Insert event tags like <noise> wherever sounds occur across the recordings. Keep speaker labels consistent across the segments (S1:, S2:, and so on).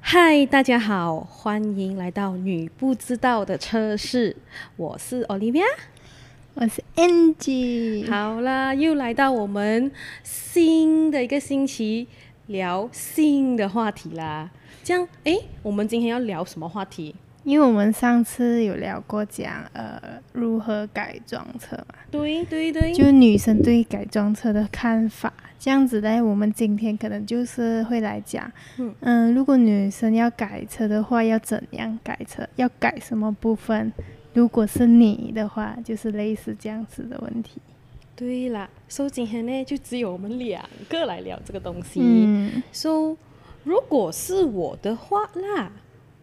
S1: 嗨，大家好，欢迎来到女不知道的车室，我是 Olivia。
S2: 我是 Angie。
S1: 好啦，又来到我们新的一个星期聊新的话题啦。这样，诶，我们今天要聊什么话题？
S2: 因为我们上次有聊过讲呃如何改装车嘛，
S1: 对对对，
S2: 就女生对改装车的看法。这样子呢，我们今天可能就是会来讲，
S1: 嗯
S2: 嗯、如果女生要改车的话，要怎样改车，要改什么部分？如果是你的话，就是类似这样子的问题。
S1: 对啦。所、以今天呢，就只有我们两个来聊这个东西。
S2: 嗯，
S1: So，如果是我的话啦，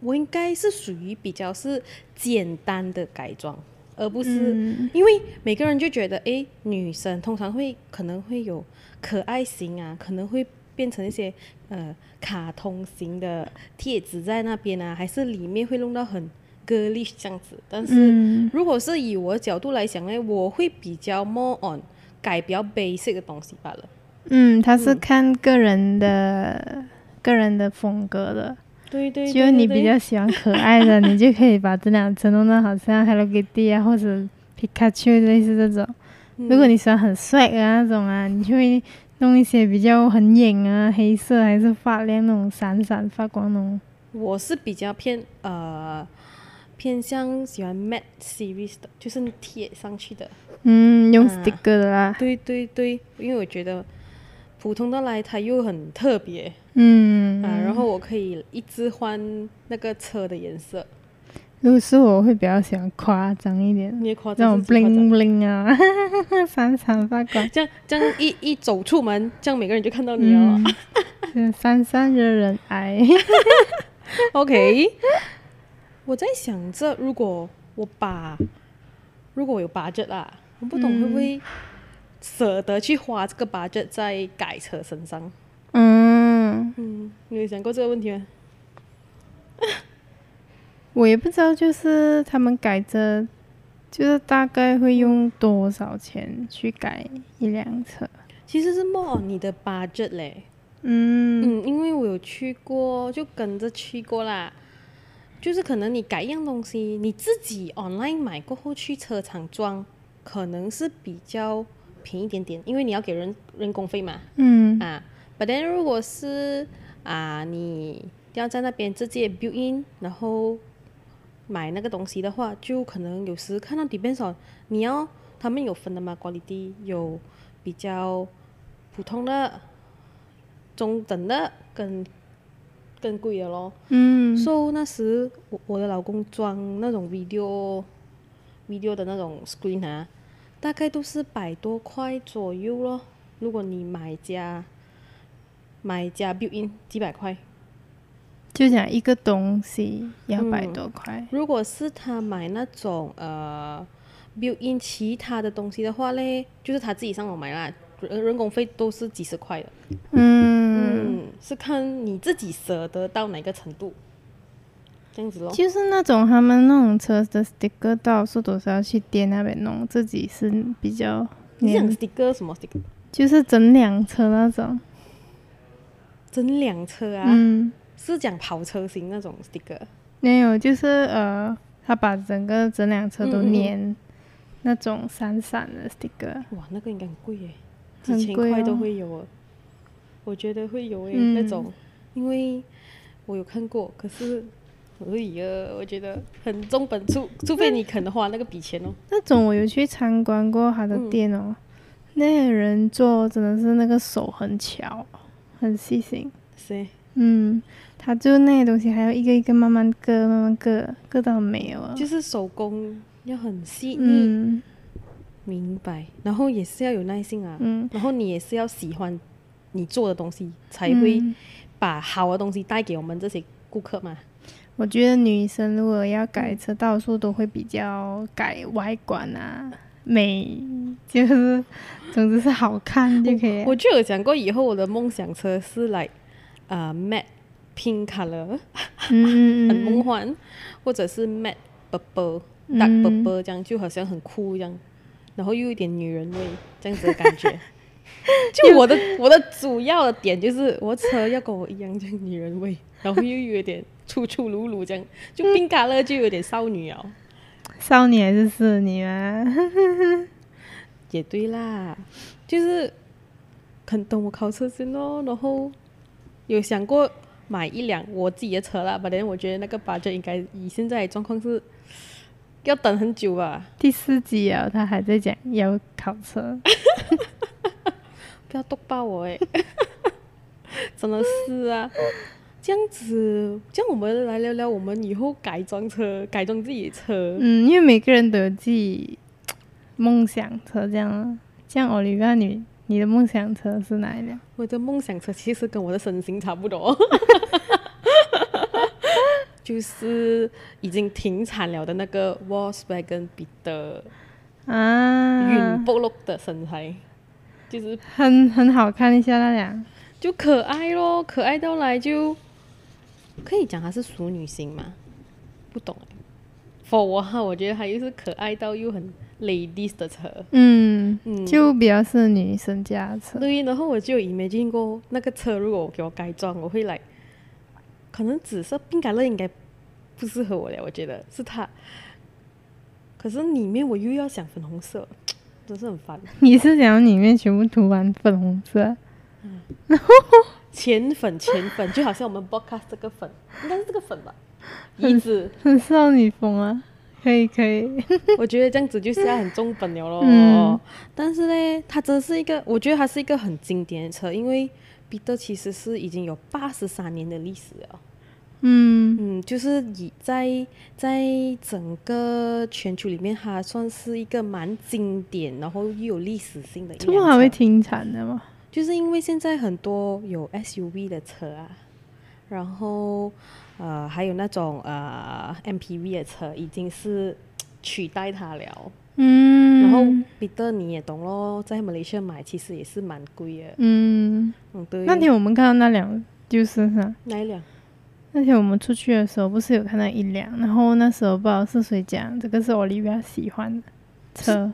S1: 我应该是属于比较是简单的改装，而不是、
S2: 嗯
S1: 因为每个人就觉得，诶，女生通常会可能会有可爱型啊，可能会变成一些呃卡通型的贴纸在那边啊，还是里面会弄到很 girlish 这样子，但是。
S2: 嗯
S1: 如果是以我的角度来讲呢，我会比较 more on 改比较 basic 的东西罢了。
S2: 嗯，他是看个人的、个人的风格的。
S1: 对对对
S2: 就你
S1: 对
S2: 比
S1: 对
S2: 较喜欢可爱的，你就可以把这辆车弄得好像 Hello Kitty 啊，或者皮卡丘类似这种。
S1: 嗯
S2: 如果你喜欢很帅的那种啊，你就会弄一些比较很影啊，黑色还是发亮那种闪闪发光那种。
S1: 我是比较偏呃偏向喜欢 matte series 的，就是贴上去的。
S2: 嗯，用
S1: 啊
S2: sticker 的啦。
S1: 对对对，因为我觉得普通的来它又很特别、
S2: 嗯，
S1: 啊，然后我可以一直换那个车的颜色。
S2: 如果是我我会比较喜欢夸张一点，
S1: 你也夸
S2: 那
S1: 张
S2: 种
S1: 自己夸张
S2: bling bling 啊， <laughs> 闪闪发光。
S1: 这样这样一一走出门，这样每个人就看到你了。
S2: 嗯，就是闪闪惹人爱。 <laughs>
S1: OK，我在想着，如果我把如果我有 budget 啦，我不懂会不会舍得去花这个 budget 在改车身上。
S2: 嗯。
S1: 嗯，你有想过这个问题吗？
S2: 我也不知道，就是他们改着，就是大概会用多少钱去改一辆车？
S1: 其实是 more on 你的 budget 嘞。
S2: 嗯
S1: 嗯，因为我有去过，就跟着去过啦。就是可能你改一样东西，你自己 online 买过后去车厂装，可能是比较便宜一点点，因为你要给人人工费嘛。
S2: 嗯
S1: 啊，but then 如果是啊，你要在那边直接 build in，然后买那个东西的话，就可能有时看到 depends on 你要他们有分的嘛，quality 有比较普通的、中等的跟更贵的咯。
S2: 嗯
S1: so 那时我我的老公装那种 video video 的那种 screen 啊，大概都是百多块左右咯。如果你买加买加 built in 几百块，
S2: 就讲一个东西要
S1: 嗯
S2: 百多块。
S1: 如果是他买那种呃 built in 其他的东西的话嘞，就是他自己上网买啦，人人工费都是几十块的。
S2: 嗯，
S1: 嗯，是看你自己舍得到哪个程度，这样子咯。
S2: 就是那种他们那种车的 sticker 到处都是要去店那边弄，自己是比较
S1: 你想
S2: 连，
S1: sticker 什么 sticker？
S2: 就是整辆车那种。
S1: 整辆车啊？
S2: 嗯，
S1: 是讲跑车型那种 sticker，
S2: 没有，就是呃，他把整个整辆车都
S1: 嗯嗯嗯
S2: 粘那种闪闪的 sticker。
S1: 哇，那个应该很贵耶，
S2: 很
S1: 几千
S2: 贵
S1: 块
S2: 哦
S1: 都会有哦。我觉得会有诶、
S2: 嗯
S1: 那种，因为我有看过，可是，哎呀，我觉得很重本除除非你肯花那个笔钱哦。
S2: 那种我有去参观过他的
S1: 嗯
S2: 店哦，那个人做真的是那个手很巧，很细心。
S1: 是，
S2: 嗯，他就那些东西还要一个一个慢慢割，慢慢割，割到没有了。啊
S1: 就是手工要很细腻，
S2: 嗯
S1: 明白，然后也是要有耐心啊，
S2: 嗯，
S1: 然后你也是要喜欢你做的东西，才会
S2: 嗯
S1: 把好的东西带给我们这些顾客嘛。
S2: 我觉得女生如果要
S1: 嗯
S2: 改车，到处都会比较改外观啊，美，就是总之是好看就可以了。
S1: 我就有讲过，以后我的梦想车是来呃 matte pink color，
S2: 嗯
S1: 很
S2: 嗯
S1: 梦
S2: 嗯
S1: 幻，或者是 matte purple、
S2: 嗯
S1: dark purple 这样，就好像很酷这样，然后又有一点女人味这样子的感
S2: <laughs>
S1: 觉。就我的我的主要的点就是我车要跟我一样，就是女人味，然后又有一点粗粗鲁鲁这样，就
S2: 嗯
S1: 冰嘎乐就有点少女哦。
S2: 少女还是侍女啊？ <laughs>
S1: 也对啦，就是肯等我考车先咯，然后有想过买一辆我自己的车啦，反正我觉得那个 budget 应该以现在的状况是要等很久吧，
S2: 第四集啊，他还在讲要考车，
S1: 不要剁爆我诶， <laughs> 真的是啊，这样子，这样我们来聊聊我们以后改装车、改装自己的车，
S2: 嗯，因为每个人都有自己梦想车这样啊。像奥利维你你的梦想车是哪一辆？
S1: 我的梦想车其实跟我的身形差不多，就是已经停产了的那个 Volkswagen 彼得
S2: 啊
S1: 云，波洛的身材，就是
S2: 很很好看一下那辆，
S1: 就可爱咯，可爱到来就可以讲它是熟女心吗？不懂欸。for 我哈，我觉得它又是可爱到又很 ladies 的车。
S2: 嗯，
S1: 嗯
S2: 就比较是女生家的
S1: <laughs>
S2: 车，
S1: 对，然后我就有 imagine 过那个车，如果我给我改装，我会来，可能紫色冰感乐应该不适合我了，我觉得是它。可是里面我又要想粉红色，真是很烦。
S2: 你是想里面全部涂完粉红色？
S1: 浅粉，浅粉，就好像我们 podcast 这个粉，应该是这个粉吧？椅子，
S2: 很少女风啊，可以可以，
S1: 我觉得这样子就是要很重本了咯。
S2: 嗯
S1: 但是呢，它真是一个，我觉得它是一个很经典的车，因为彼得其实是已经有八十三年的历史了。
S2: 嗯
S1: 嗯，就是以在在整个全球里面，它算是一个蛮经典，然后又有历史性的一
S2: 这不
S1: 辆
S2: 还会
S1: 车
S2: 停产的吗？
S1: 就是因为现在很多有 SUV 的车啊，然后呃还有那种呃 MPV 的车已经是取代它了。
S2: 嗯，
S1: 然后彼得你也懂咯，在马来西亚买其实也是蛮贵的。
S2: 嗯，
S1: 嗯，对。
S2: 那天我们看到那辆就是啥？
S1: 哪一辆？
S2: 那天我们出去的时候，不是有看到一辆，然后那时候不知道是谁讲，这个是 Olivia 喜欢的车，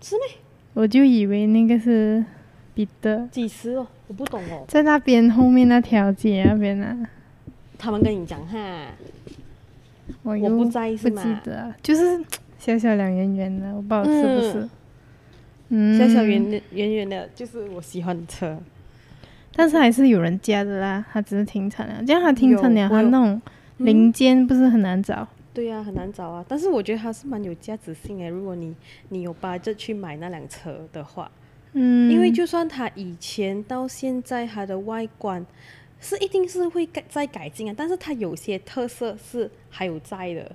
S1: 是咩？
S2: 我就以为那个是彼得，
S1: 几时哦？我不懂哦。
S2: 在那边后面那条街那边啊，
S1: 他们跟你讲哈，
S2: 我
S1: 我
S2: 又
S1: 不在意是
S2: 不
S1: 吗
S2: 记得啊，就是小小两圆圆的，我不知道是不是，嗯，
S1: 小小圆圆圆的，就是我喜欢的车。
S2: 但是还是有人加的啦，它只是停产了，这样它停产
S1: 有
S2: 了，
S1: 我
S2: 它
S1: 有
S2: 那种
S1: 嗯
S2: 零件不是很难找，
S1: 对呀、很难找啊。但是我觉得它是蛮有价值性诶。如果你你有把这去买那辆车的话，
S2: 嗯，
S1: 因为就算它以前到现在它的外观是一定是会改再改进啊，但是它有些特色是还有在的。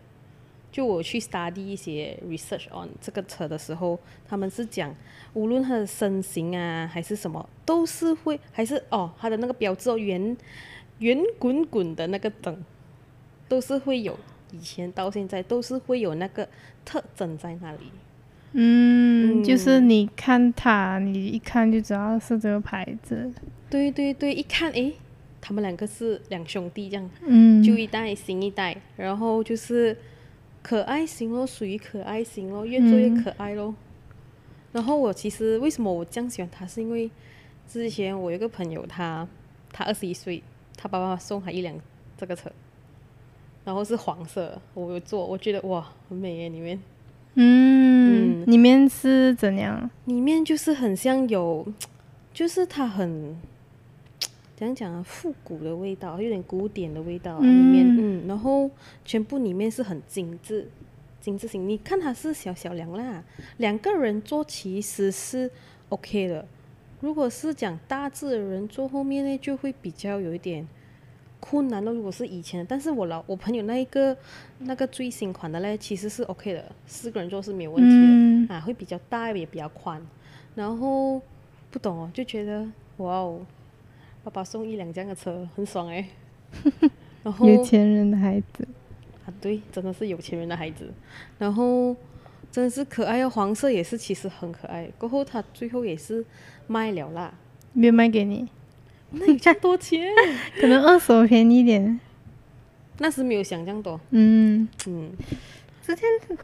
S1: 就我去 study 一些 research on 这个车的时候，他们是讲，无论它的身形啊还是什么，都是会还是哦它的那个标志哦圆圆滚滚的那个灯，都是会有以前到现在都是会有那个特征在那里。
S2: 嗯，就是
S1: 嗯
S2: 你看它，你一看就知道是这个牌子。
S1: 对对对，一看诶，他们两个是两兄弟这样，
S2: 嗯，
S1: 旧一代新一代，然后就是可爱型咯，属于可爱型咯，越做越可爱咯。然后我其实为什么我这样喜欢他，是因为之前我有一个朋友他，他二十一岁，他爸爸送他一辆这个车，然后是黄色，我有坐，我觉得哇很美耶，里面
S2: 嗯
S1: 嗯，
S2: 里面是怎样？
S1: 里面就是很像有，就是它很怎样讲啊，复古的味道，有点古典的味道啊、里面，嗯，然后全部里面是很精致，精致型。你看它是小小两啦，两个人坐其实是 OK 的。如果是讲大致的人坐后面呢，就会比较有一点困难了。如果是以前的，但是我老我朋友那一个那个最新款的嘞，其实是 OK 的，四个人坐是没有问题的。
S2: 嗯，
S1: 啊，会比较大，也比较宽。然后不懂哦，就觉得哇哦，爸爸送一辆这样的车很爽哎、然后
S2: 有钱人的孩子。
S1: 啊，对，真的是有钱人的孩子。然后真的是可爱哦，黄色也是其实很可爱。过后他最后也是卖了啦，
S2: 没有卖给你，
S1: 那有这样多钱？ <laughs>
S2: 可能二手便宜一点。
S1: 那时没有想这样多，
S2: 嗯，
S1: 嗯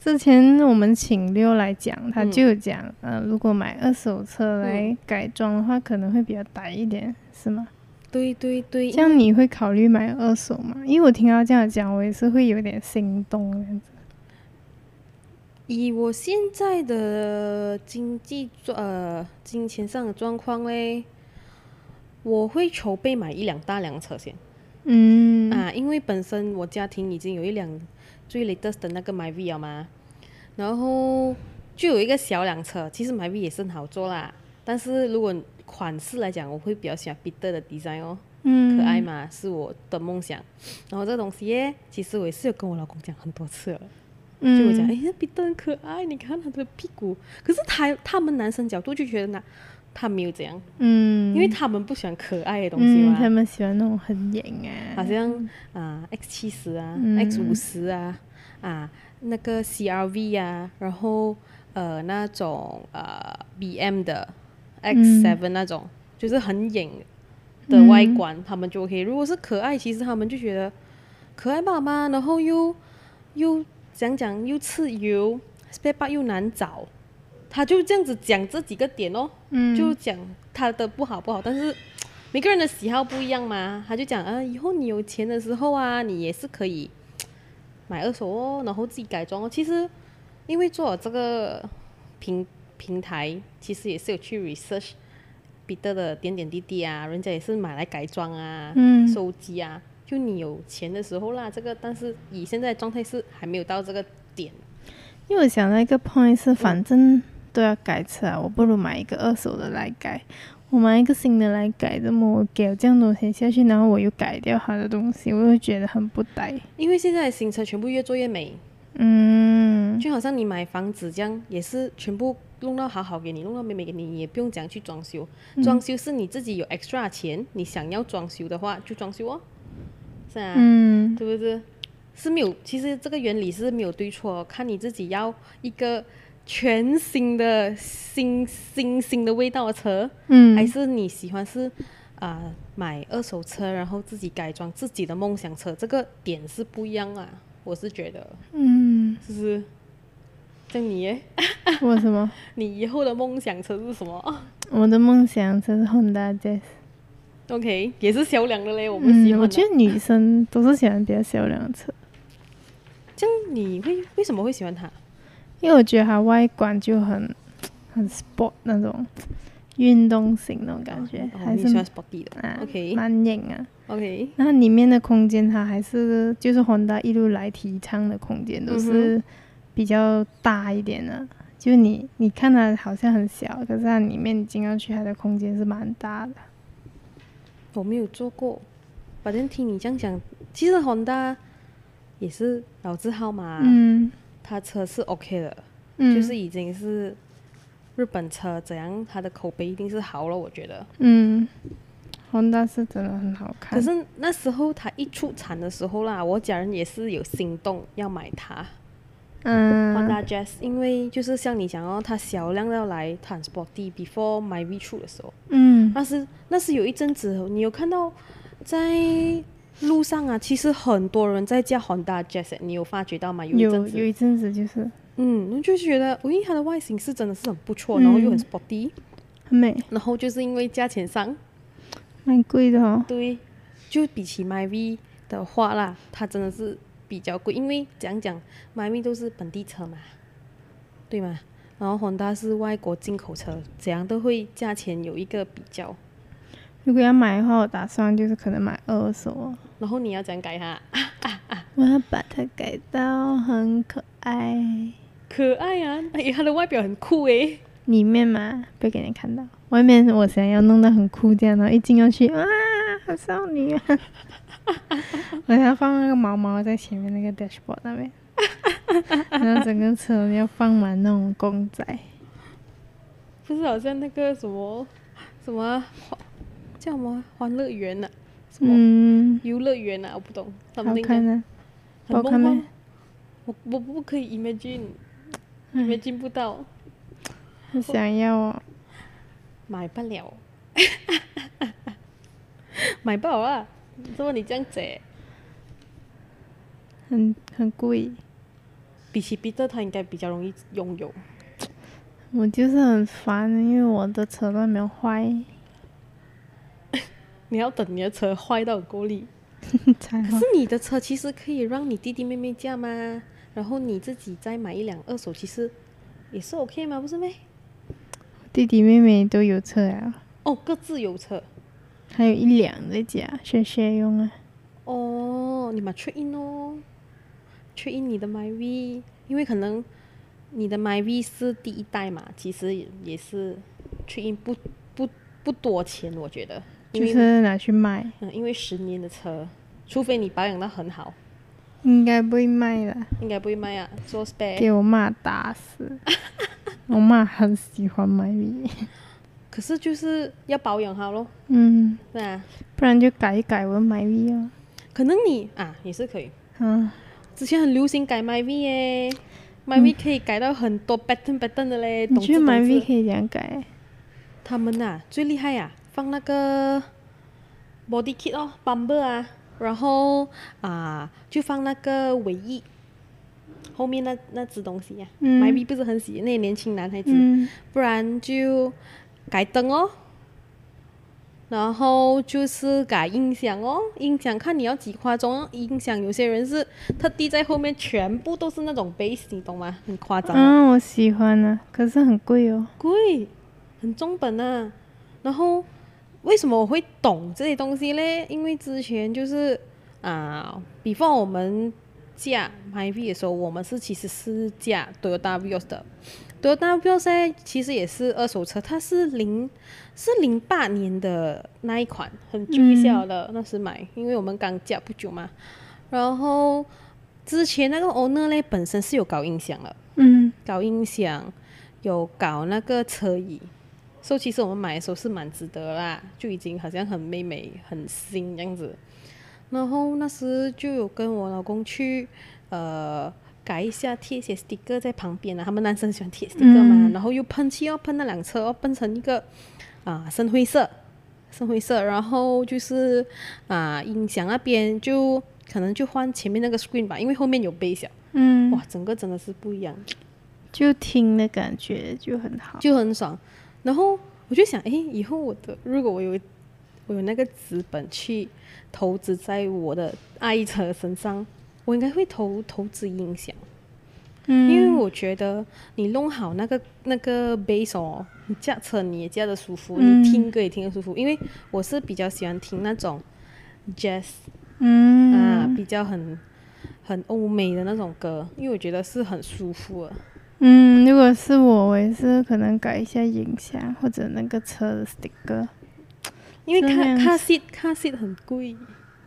S2: 之前我们请六来讲，他
S1: 嗯
S2: 就有讲，
S1: 嗯
S2: 呃，如果买二手车来改装的话，可能会比较歹一点，是吗？
S1: 对对对，
S2: 这样你会考虑买二手吗？因为我听到这样讲，我也是会有点心动这样子。
S1: 以我现在的经济状呃金钱上的状况嘞，我会筹备买一辆大辆车先、
S2: 嗯，
S1: 啊，因为本身我家庭已经有一辆最 latest 的那个 MyV 了嘛，然后就有一个小辆车，其实 MyV 也是很好做啦，但是如果款式来讲，我会比较喜欢 Peter 的 design 哦。
S2: 嗯，
S1: 可爱嘛，是我的梦想。然后这个东西耶，其实我也是有跟我老公讲很多次了，
S2: 嗯，
S1: 就我讲，哎、那彼得很可爱，你看他的屁股。可是他他们男生角度就觉得那他没有这样，
S2: 嗯，
S1: 因为他们不喜欢可爱的东西
S2: 嗯，
S1: 嘛，
S2: 他们喜欢那种很硬啊，
S1: 好像啊、X 七十啊、
S2: 嗯
S1: X 五十啊啊那个 CRV 啊，然后呃那种呃 BM 的 X seven 那种，就是很野的外观，他们就 OK。如果是可爱，其实他们就觉得可爱爸爸，然后又又讲讲又自由，spare part 又难找，他就这样子讲这几个点哦。
S2: 嗯，
S1: 就讲他的不好不好，但是每个人的喜好不一样嘛。他就讲啊，以后你有钱的时候啊，你也是可以买二手哦，然后自己改装哦。其实因为做了这个平平台，其实也是有去 research 彼得的点点滴滴啊，人家也是买来改装啊、
S2: 嗯
S1: 收集啊。就你有钱的时候啦，这个但是以现在的状态是还没有到这个点。
S2: 因为我想到一个 point 是，反正都要改车啊，我不如买一个二手的来改，我买一个新的来改，这么我给了这样东西下去，然后我又改掉他的东西，我会觉得很不呆。
S1: 因为现在的新车全部越做越美，
S2: 嗯
S1: 就好像你买房子这样，也是全部弄到好好给你，弄到美美给你，你也不用讲去装修。
S2: 嗯
S1: 装修是你自己有 extra 钱，你想要装修的话就装修哦，是啊，
S2: 嗯
S1: 对不对？是没有，其实这个原理是没有对错哦，看你自己要一个全新的新新新的味道的车，还
S2: 嗯
S1: 是你喜欢是啊、买二手车，然后自己改装自己的梦想车，这个点是不一样啊，我是觉得。
S2: 嗯，
S1: 是不是？像你耶，
S2: 我什么？
S1: 你以后的梦想车是什么 <laughs>
S2: 我的梦想真是 Honda Jazz。
S1: ？OK，也是小两的嘞，我们喜欢
S2: 嗯，
S1: 的。
S2: 我觉得女生都是喜欢比较小辆车，
S1: 这样你会为什么会喜欢它？
S2: 因为我觉得它外观就很很 sport 那种运动型那种感觉，
S1: 哦
S2: 还
S1: 你
S2: 是
S1: 喜欢 sporty 的。
S2: 啊
S1: OK
S2: 蛮硬啊。
S1: OK，
S2: 然后里面的空间，它还是就是 Honda 一路来提倡的空间都
S1: 嗯
S2: 是比较大一点的，就你你看它好像很小，可是它里面你进上去，它的空间是蛮大的。
S1: 我没有做过，反正听你这样讲，其实 Honda 也是老字号嘛，
S2: 嗯
S1: 它车是 OK 的，
S2: 嗯，
S1: 啊就是已经是日本车，怎样它的口碑一定是好了，我觉得。
S2: 嗯，Honda 是真的很好看。
S1: 可是那时候它一出产的时候啦，我家人也是有心动要买它。
S2: 嗯
S1: Honda Jazz，因为就是像你讲哦，它小量要来 Transport D before my V 出的时候，
S2: 嗯
S1: 那是那是有一阵子，你有看到在路上啊，其实很多人在驾 Honda Jazz，你有发觉到吗？有一
S2: 有
S1: 阵
S2: 有
S1: 子，
S2: 一阵子就是
S1: 嗯，就是觉得，喂，它的外形是真的是很不错，
S2: 嗯
S1: 然后又很 sporty，、
S2: 很美，
S1: 然后就是因为价钱上，
S2: 蛮贵的哦。
S1: 对，就比起 my V 的话啦，它真的是比较贵，因为讲讲 my V 都是本地车嘛，对吗？然后 Honda 是外国进口车，怎样都会价钱有一个比较。
S2: 如果要买的话，我打算就是可能买二手哦。
S1: 然后你要怎样改它？
S2: 我要把它改到很可爱。
S1: 可爱啊！哎，它的外表很酷欸诶。
S2: 里面嘛，被给人看到。外面我想要弄得很酷这样，然后一进进去，啊，好少女啊！ <laughs> 我想要放那个毛毛在前面那个 dashboard 那边，然后整个车要放满那种公仔。
S1: 不是好像那个什么什么啊欢叫什么啊欢乐园呐、什么
S2: 嗯，
S1: 游乐园啊呐、我不懂，
S2: 好
S1: something
S2: 看
S1: 的
S2: 啊，
S1: 很
S2: 好看啊
S1: 梦
S2: 咩
S1: 幻。我我不可以 imagine，imagine 不到。
S2: 我想要哦。
S1: 买不了， <laughs> 买不了啊！怎么你这样子？
S2: 很很贵，
S1: 比起彼得，他应该比较容易拥有。
S2: 我就是很烦，因为我的车都没有坏。
S1: 你要等你的车坏到有够力。
S2: <laughs> 才
S1: 可是你的车其实可以让你弟弟妹妹驾嘛，然后你自己再买一辆二手，其实也是 OK 嘛，不是咩？
S2: 弟弟妹妹都有车啊，
S1: 哦，各自有车。
S2: 还有一辆在家学学用啊。
S1: 哦，你买 check in 哦，check in 你的 MyV，因为可能你的 MyV 是第一代嘛，其实也也是 check in 不不不多钱，我觉得，因
S2: 就
S1: 为
S2: 是拿去卖，
S1: 嗯，因为十年的车，除非你保养的很好，
S2: 应该不会卖的，
S1: 应该不会卖啊，做 spare。
S2: <laughs> 给我妈打死。我妈很喜欢买米，
S1: 可是就是要保养好咯，
S2: 嗯，
S1: 对啊，
S2: 不然就改一改我买米哦。
S1: 可能你啊也是可以，
S2: 啊，
S1: 之前很流行改 MyV 耶，MyV 可以改到很多 pattern pattern 的嘞，
S2: 嗯你
S1: 懂
S2: 去
S1: 字
S2: 买
S1: 懂
S2: 米
S1: 字。
S2: 可以这样改，
S1: 他们呐、最厉害呀、放那个 body kit 哦，bumper 啊，然后啊就放那个尾翼，后面那那只东西呀、啊，
S2: 嗯
S1: m y V 不是很喜那些年轻男孩子，
S2: 嗯，
S1: 不然就改灯哦，然后就是改音响哦，音响看你要几夸张哦，音响有些人是特地在后面全部都是那种 bass，你懂吗？很夸张。
S2: 啊，我喜欢啊，可是很贵哦。
S1: 贵，很重本啊。然后为什么我会懂这些东西嘞？因为之前就是啊、比方我们驾 MyV 的时候，我们是其实是驾 Toyota Vios 的。Toyota Vios 呢其实也是二手车，它是零是零八年的那一款，很旧一下了。那时买，因为我们刚驾不久嘛。然后之前那个 owner 嘞本身是有搞音响了。
S2: 嗯，
S1: 搞音响，有搞那个车椅，所以其实我们买的时候是蛮值得啦，就已经好像很美美、很新这样子。然后那时就有跟我老公去，呃，改一下贴一些 sticker 在旁边啊，他们男生喜欢贴 sticker 嘛，
S2: 嗯
S1: 然后又喷漆要喷那辆车，要喷成一个啊、深灰色，深灰色，然后就是啊、音响那边就可能就换前面那个 screen 吧，因为后面有 bass 啊
S2: 嗯，
S1: 哇，整个真的是不一样。
S2: 就听的感觉就很好。
S1: 就很爽。然后我就想，诶，以后我的如果我有我有那个资本去投资在我的爱车身上，我应该会投投资音响，
S2: 嗯，
S1: 因为我觉得你弄好那个那个 bass 哦，你驾车你也驾得舒服，
S2: 嗯
S1: 你听歌也听得舒服。因为我是比较喜欢听那种 jazz 啊，
S2: 嗯
S1: 比较很很欧美的那种歌，因为我觉得是很舒服的。
S2: 嗯，如果是我，我也是可能改一下影像或者那个车的 sticker。
S1: 因为
S2: 这样
S1: 卡卡
S2: 子
S1: seat 卡 seat 很贵，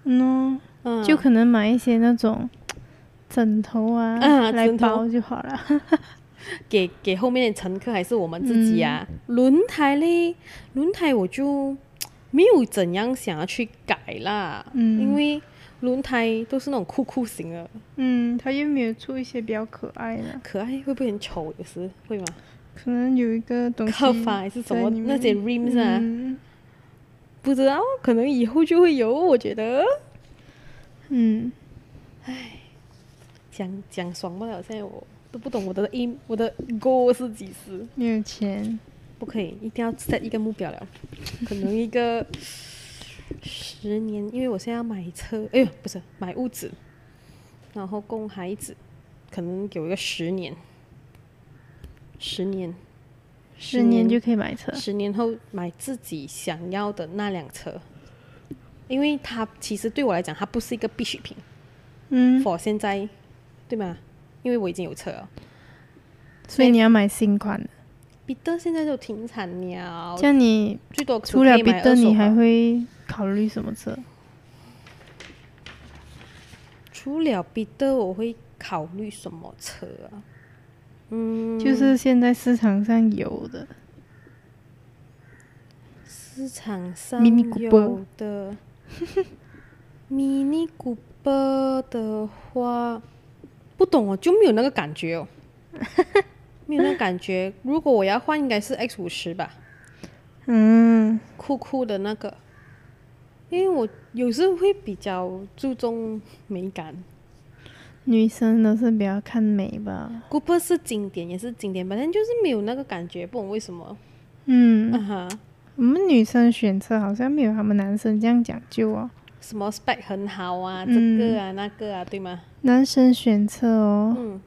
S2: 嗯哦，
S1: 嗯，
S2: 就可能买一些那种枕头啊
S1: 啊
S2: 来
S1: 枕头
S2: 包就好了。
S1: 给给后面的乘客还是我们自己啊。轮胎嘞，轮胎我就没有怎样想要去改啦，
S2: 嗯
S1: 因为轮胎都是那种酷酷型的，
S2: <laughs> 嗯，它又没有出一些比较可爱的，
S1: 可爱会不会很丑？有时会吗？
S2: 可能有一个东西
S1: 刻法还是什么
S2: 在里面
S1: 那些 rims 啊
S2: 嗯
S1: 不知道，可能以后就会有。我觉得
S2: 嗯，
S1: 讲讲爽不了，现在我都不懂我的 aim，我的 goal 是几时。
S2: 没有钱，
S1: 不可以，一定要 set 一个目标了，可能一个十年，因为我现在要买车，哎呦，不是买屋子，然后供孩子，可能有一个十年，十年，
S2: 十年就可以买车。
S1: 十年后买自己想要的那辆车，因为它其实对我来讲，它不是一个必需品，
S2: 嗯，
S1: 我现在对吗？因为我已经有车了，
S2: 所以你要买新款的。
S1: 彼得现在就停产了，
S2: 像你
S1: 最多
S2: 除了
S1: 可以
S2: 彼
S1: 买
S2: 得，
S1: 二手
S2: 你还
S1: 吧
S2: 会考虑什么车？
S1: 除了彼得，我会考虑什么车啊？嗯，
S2: 就是现在市场上有的，
S1: 市场上
S2: Mini Cooper
S1: 有的
S2: <laughs>
S1: Mini Cooper 的话，不懂哦，就没有那个感觉
S2: <laughs>
S1: 哦，没有那个感觉。如果我要换，应该是 X 五十吧，
S2: 嗯，
S1: 酷酷的那个，因为我有时候会比较注重美感。
S2: 女生都是比较看美吧，
S1: Cooper 是经典，也是经典，反正就是没有那个感觉，不懂为什么。
S2: 嗯，
S1: 啊哈，
S2: 我们女生选车好像没有他们男生这样讲究哦。
S1: 什么 spec 很好啊，
S2: 嗯
S1: 这个啊那个啊，对吗？
S2: 男生选车哦，
S1: 嗯，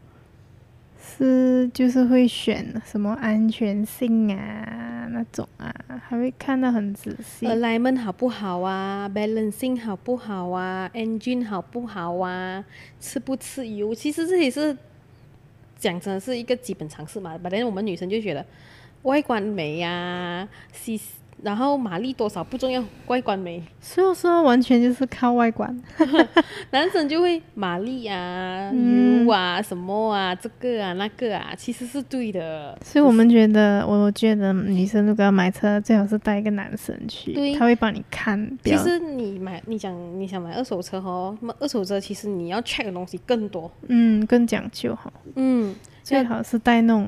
S2: 是就是会选什么安全性啊那种啊，还会看得很仔细。
S1: alignment 好不好啊？balancing 好不好啊？engine 好不好啊？吃不吃油？其实这也是讲真的是一个基本常识嘛。本来我们女生就觉得外观美呀、啊，西然后马力多少不重要，外观美。 <laughs>
S2: 所以说完全就是靠外观。
S1: 男生就会马力啊、
S2: 嗯
S1: 油啊、什么啊、这个啊、那个啊，其实是对的。
S2: 所以我们觉得，我觉得女生如果要买车，最好是带一个男生去，
S1: 对
S2: 他会帮你看。比
S1: 其
S2: 较
S1: 实你买，你讲你想买二手车哦，那么二手车其实你要 check 的东西更多。
S2: 嗯，更讲究哈，
S1: 嗯，
S2: 最好是带那种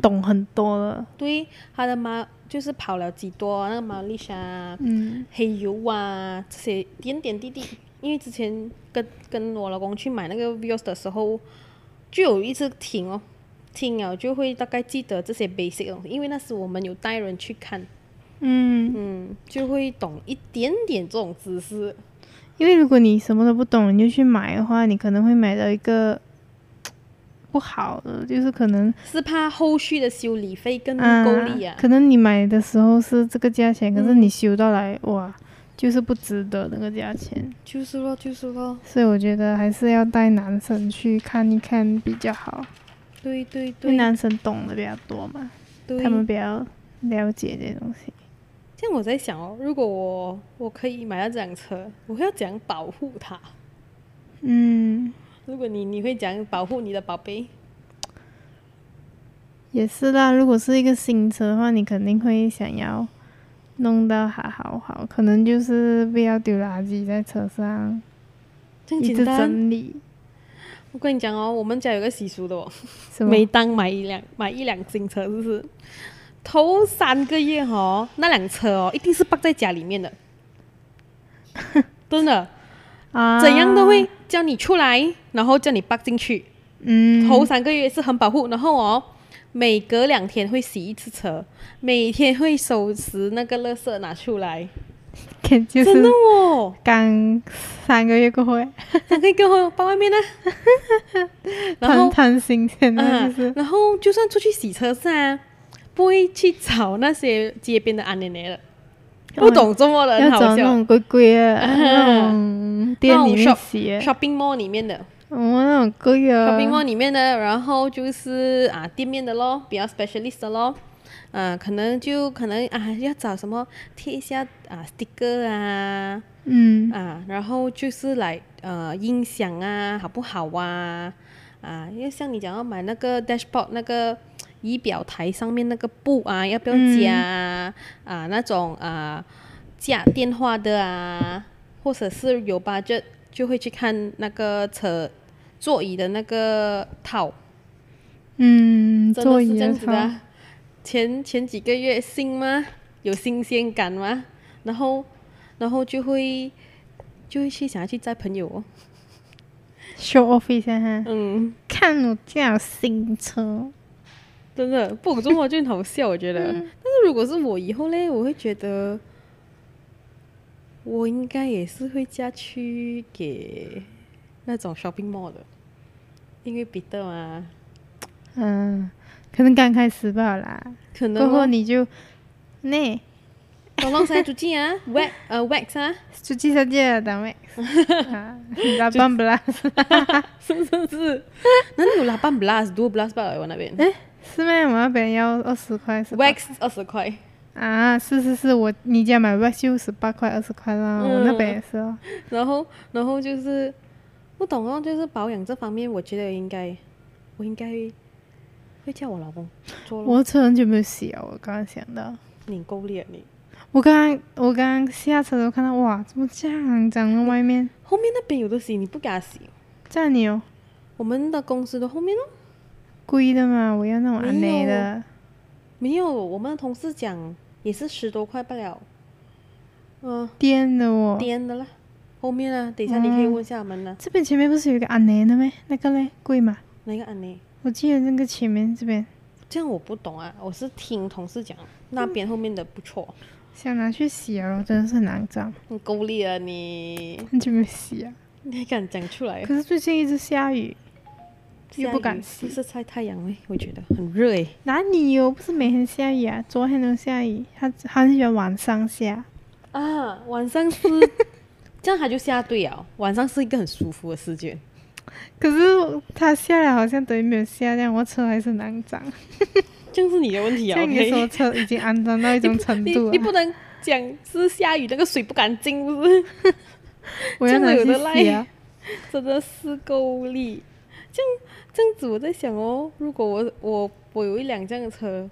S2: 懂很多的。
S1: 对，它的马就是跑了几多，那个马力啊、
S2: 嗯
S1: 黑油啊这些点点滴滴。因为之前跟跟我老公去买那个 Vios 的时候，就有一次听哦，听了就会大概记得这些 basic 的东西，因为那时我们有带人去看。
S2: 嗯，
S1: 嗯，就会懂一点点这种知识。
S2: 因为如果你什么都不懂，你就去买的话，你可能会买到一个不好的，就是可能
S1: 是怕后续的修理费更
S2: 啊
S1: 够力啊。嗯
S2: 可能你买的时候是这个价钱，可是你修到来、哇，就是不值得那个价钱。
S1: 就是咯，就是咯，
S2: 所以我觉得还是要带男生去看一看比较好，
S1: 对对
S2: 因为
S1: 对，
S2: 男生懂得比较多嘛，
S1: 对
S2: 嗯他们比较了解这些东西。
S1: 这样我在想哦，如果我我可以买到这辆车，我会要怎样保护它？
S2: 嗯。
S1: 如果你你会怎样保护你的宝贝？
S2: 也是啦，如果是一个新车的话，你肯定会想要弄到它好好，可能就是不要丢垃圾在车上，
S1: 这样
S2: 一
S1: 简
S2: 直
S1: 单。
S2: 整理。
S1: 我跟你讲哦，我们家有个习俗的哦，
S2: 什么
S1: 每当买一辆买一辆新车，就是头三个月哦，那辆车哦，一定是放在家里面
S2: <laughs>
S1: 的，真的。
S2: 啊？
S1: 怎样都会叫你出来，然后叫你拔进去。
S2: 嗯，
S1: 头三个月是很保护，然后哦，每隔两天会洗一次车，每天会收拾那个垃圾拿出来。
S2: 感就
S1: 真的
S2: 是
S1: 哦，
S2: 刚三个月过后，
S1: 三个月过后搬外
S2: <laughs>
S1: 面呢，然
S2: 贪
S1: 后
S2: 贪新鲜的，
S1: 啊
S2: 就是、，
S1: 然后就算出去洗车是啊，不会去找那些街边的阿奶奶了，不懂这么的很
S2: 要
S1: 好
S2: 找那
S1: 笑。
S2: 种贵贵的、
S1: 啊
S2: 那种店里
S1: 那
S2: 面
S1: 种
S2: 洗的，
S1: shopping mall 里面的
S2: 我、那种贵的
S1: shopping mall 里面的，然后就是啊店面的咯，比较 specialist 的咯，啊可能就可能啊要找什么贴一下啊 sticker 啊
S2: 嗯
S1: 啊，然后就是来呃音响啊好不好啊啊，因为像你讲要买那个 dashboard 那个仪表台上面那个布啊，要不要加啊、啊那种啊架电话的啊，或者是有 budget 就会去看那个车座椅的那个套，
S2: 嗯，
S1: 真的
S2: 座
S1: 是
S2: 椅
S1: 这
S2: 的
S1: 样子的
S2: 套
S1: 啊。前前几个月新吗？有新鲜感吗？然后然后就会就会去想要去载朋友哦。
S2: show off 一下哈，
S1: 嗯，
S2: 看我这样新车。
S1: 真的不懂中国就很好笑，我觉得。但是如果是我以后嘞，我会觉得我应该也是会嫁去给那种 shopping mall 的，因为彼啊得嘛，
S2: 嗯，可能刚开始吧啦，
S1: 可
S2: 过
S1: 能
S2: 后
S1: 哦
S2: 你就那
S1: 我浪晒出镜啊 <laughs> ，wax 呃 wax 啊，
S2: 出去小姐单位，啊老板不啦？
S1: 是不是？哪里有拉半 blast 多 blast 吧？我那边。
S2: 哎，是咩？我那边要二十块是吧
S1: wax 二十块，
S2: 啊，是是是，我你家买 wax 就十八块二十块啦，我那边也是哦。
S1: 然后然后就是不懂哦，就是保养这方面，我觉得应该我应该会叫我老公做咯。
S2: 我车很久没有洗了，我刚刚想到，
S1: 你够力啊你！
S2: 我刚刚我刚刚下车的时候看到，哇，怎么这样脏了外面？
S1: 后面那边有的洗，你不给他洗，
S2: 这样你哦有
S1: 我们的公司的后面哦，
S2: 故意的吗？我要那种安
S1: 没
S2: 内
S1: 有
S2: 的，
S1: 没有。我们的同事讲也是十多块不了，嗯、
S2: 电的哦。
S1: 颠的啦。后面啊，等一下你可以问一下我们呢、啊
S2: 这边前面不是有一个安内的咩？那个嘞贵吗？
S1: 哪一个安妮？
S2: 我记得那个前面这边，
S1: 这样我不懂啊，我是听同事讲那边后面的不错，
S2: 想拿去洗啊，然后真的是很难找，
S1: 你够力啊你！
S2: 很久没洗啊。
S1: 你还敢讲出来？
S2: 可是最近一直下雨，又
S1: 下
S2: 不
S1: 雨
S2: 敢
S1: 不
S2: 洗，
S1: 是晒太阳诶，我觉得很热诶。
S2: 哪里有？不是每天下雨啊，昨天都下雨，他他很喜欢晚上下。
S1: 啊，晚上 <laughs> 是这样，他就下对了。晚上是一个很舒服的时间。
S2: 可是他下来好像等于没有下，这样我车还是难涨。
S1: 这样是你的问题啊
S2: 像你
S1: OK
S2: 说车已经肮脏到一种程
S1: 你
S2: 度
S1: 你
S2: 了，
S1: 不能讲是下雨那个水不干净，不是？
S2: 我要
S1: 这
S2: 拿
S1: 样
S2: 去
S1: 子有的
S2: 洗啊
S1: 赖。真的是够力。这样这样子，我在想哦，如果我我我有一辆这样的车，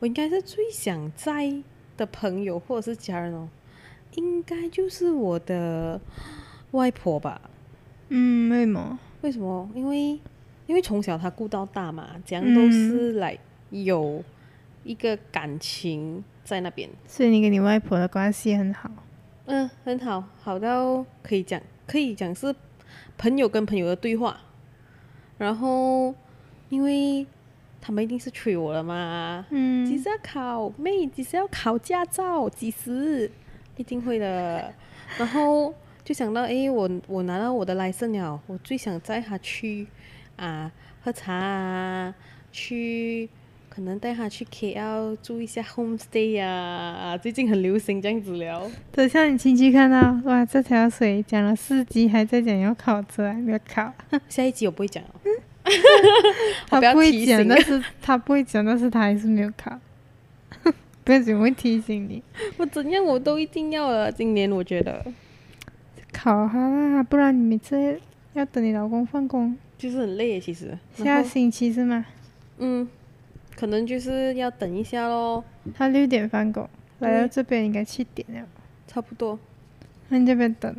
S1: 我应该是最想载的朋友或者是家人哦，应该就是我的外婆吧。
S2: 嗯，为什么？
S1: 为什么？因为因为从小他顾到大嘛，怎样都是来有一个感情在那边，
S2: 所以你跟你外婆的关系很好。
S1: 嗯，很好，好到可以讲，可以讲是朋友跟朋友的对话。然后，因为他们一定是催我了嘛，几
S2: 嗯，
S1: 时要啊考妹，几时要考驾照，几时一定会的。然后就想到，诶，我我拿到我的 license 了，我最想载他去啊喝茶啊，去可能带他去 KL 住一下 homestay 啊啊，最近很流行这样子了。
S2: 等一下你亲戚看到，哇，这条水讲了四集，还在讲要考车，还没有考。
S1: 下一集我不会讲 <laughs> 了，<laughs>
S2: 他
S1: 我不要
S2: 不会
S1: 提
S2: 讲，
S1: 醒
S2: 但是他不会讲，但是他还是没有考。 <laughs> 不要紧，我会提醒你
S1: 我怎样我都一定要了。今年我觉得
S2: 考哈啦，不然你每次要等你老公放工。
S1: 就是很累耶，其实。
S2: 下
S1: 然后
S2: 星期是吗？
S1: 嗯，可能就是要等一下咯，
S2: 他六点放工，
S1: 对
S2: 来到这边应该七点了，
S1: 差不多。
S2: 那你这边等，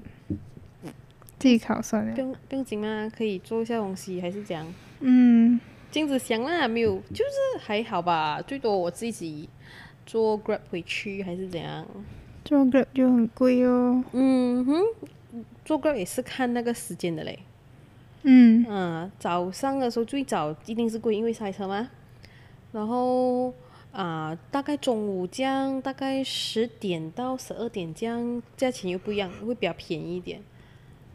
S2: 自己考算
S1: 不
S2: 了。
S1: 用不用紧嘛，可以做一下东西，还是这样。
S2: 嗯，
S1: 金子祥啦，没有，就是还好吧，最多我自己做 Grab 回去，还是怎样。
S2: 做 Grab 就很贵哦。
S1: 嗯哼，做 Grab 也是看那个时间的嘞。
S2: 嗯，
S1: 嗯，早上的时候最早一定是贵，因为塞车嘛。然后啊、大概中午这样，大概十点到十二点这样，价钱又不一样，会比较便宜一点。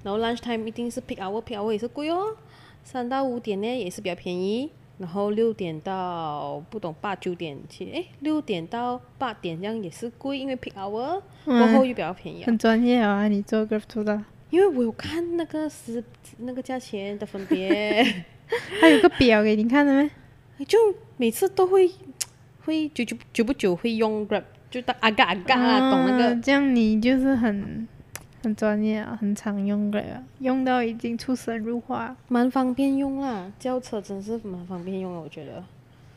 S1: 然后 lunch time 一定是 peak hour，peak hour 也是贵哦，三到五点呢也是比较便宜。然后六点到不懂八九点去，诶，六点到八点这样也是贵，因为 peak hour 过后
S2: 哇，
S1: 又比较便宜、啊。
S2: 很专业啊，你做 Grab 做到，
S1: 因为我有看那个时那个价钱的分别。
S2: 他有个表给你看的咩？
S1: 哎就每次都会会久久久不久会用 Grab，就当啊嘎啊嘎啊，懂那
S2: 啊
S1: 个？
S2: 这样你就是很很专业啊，很常用 Grab，啊用到已经出神入化。
S1: 蛮方便用啦，叫车真是蛮方便用的，我觉得。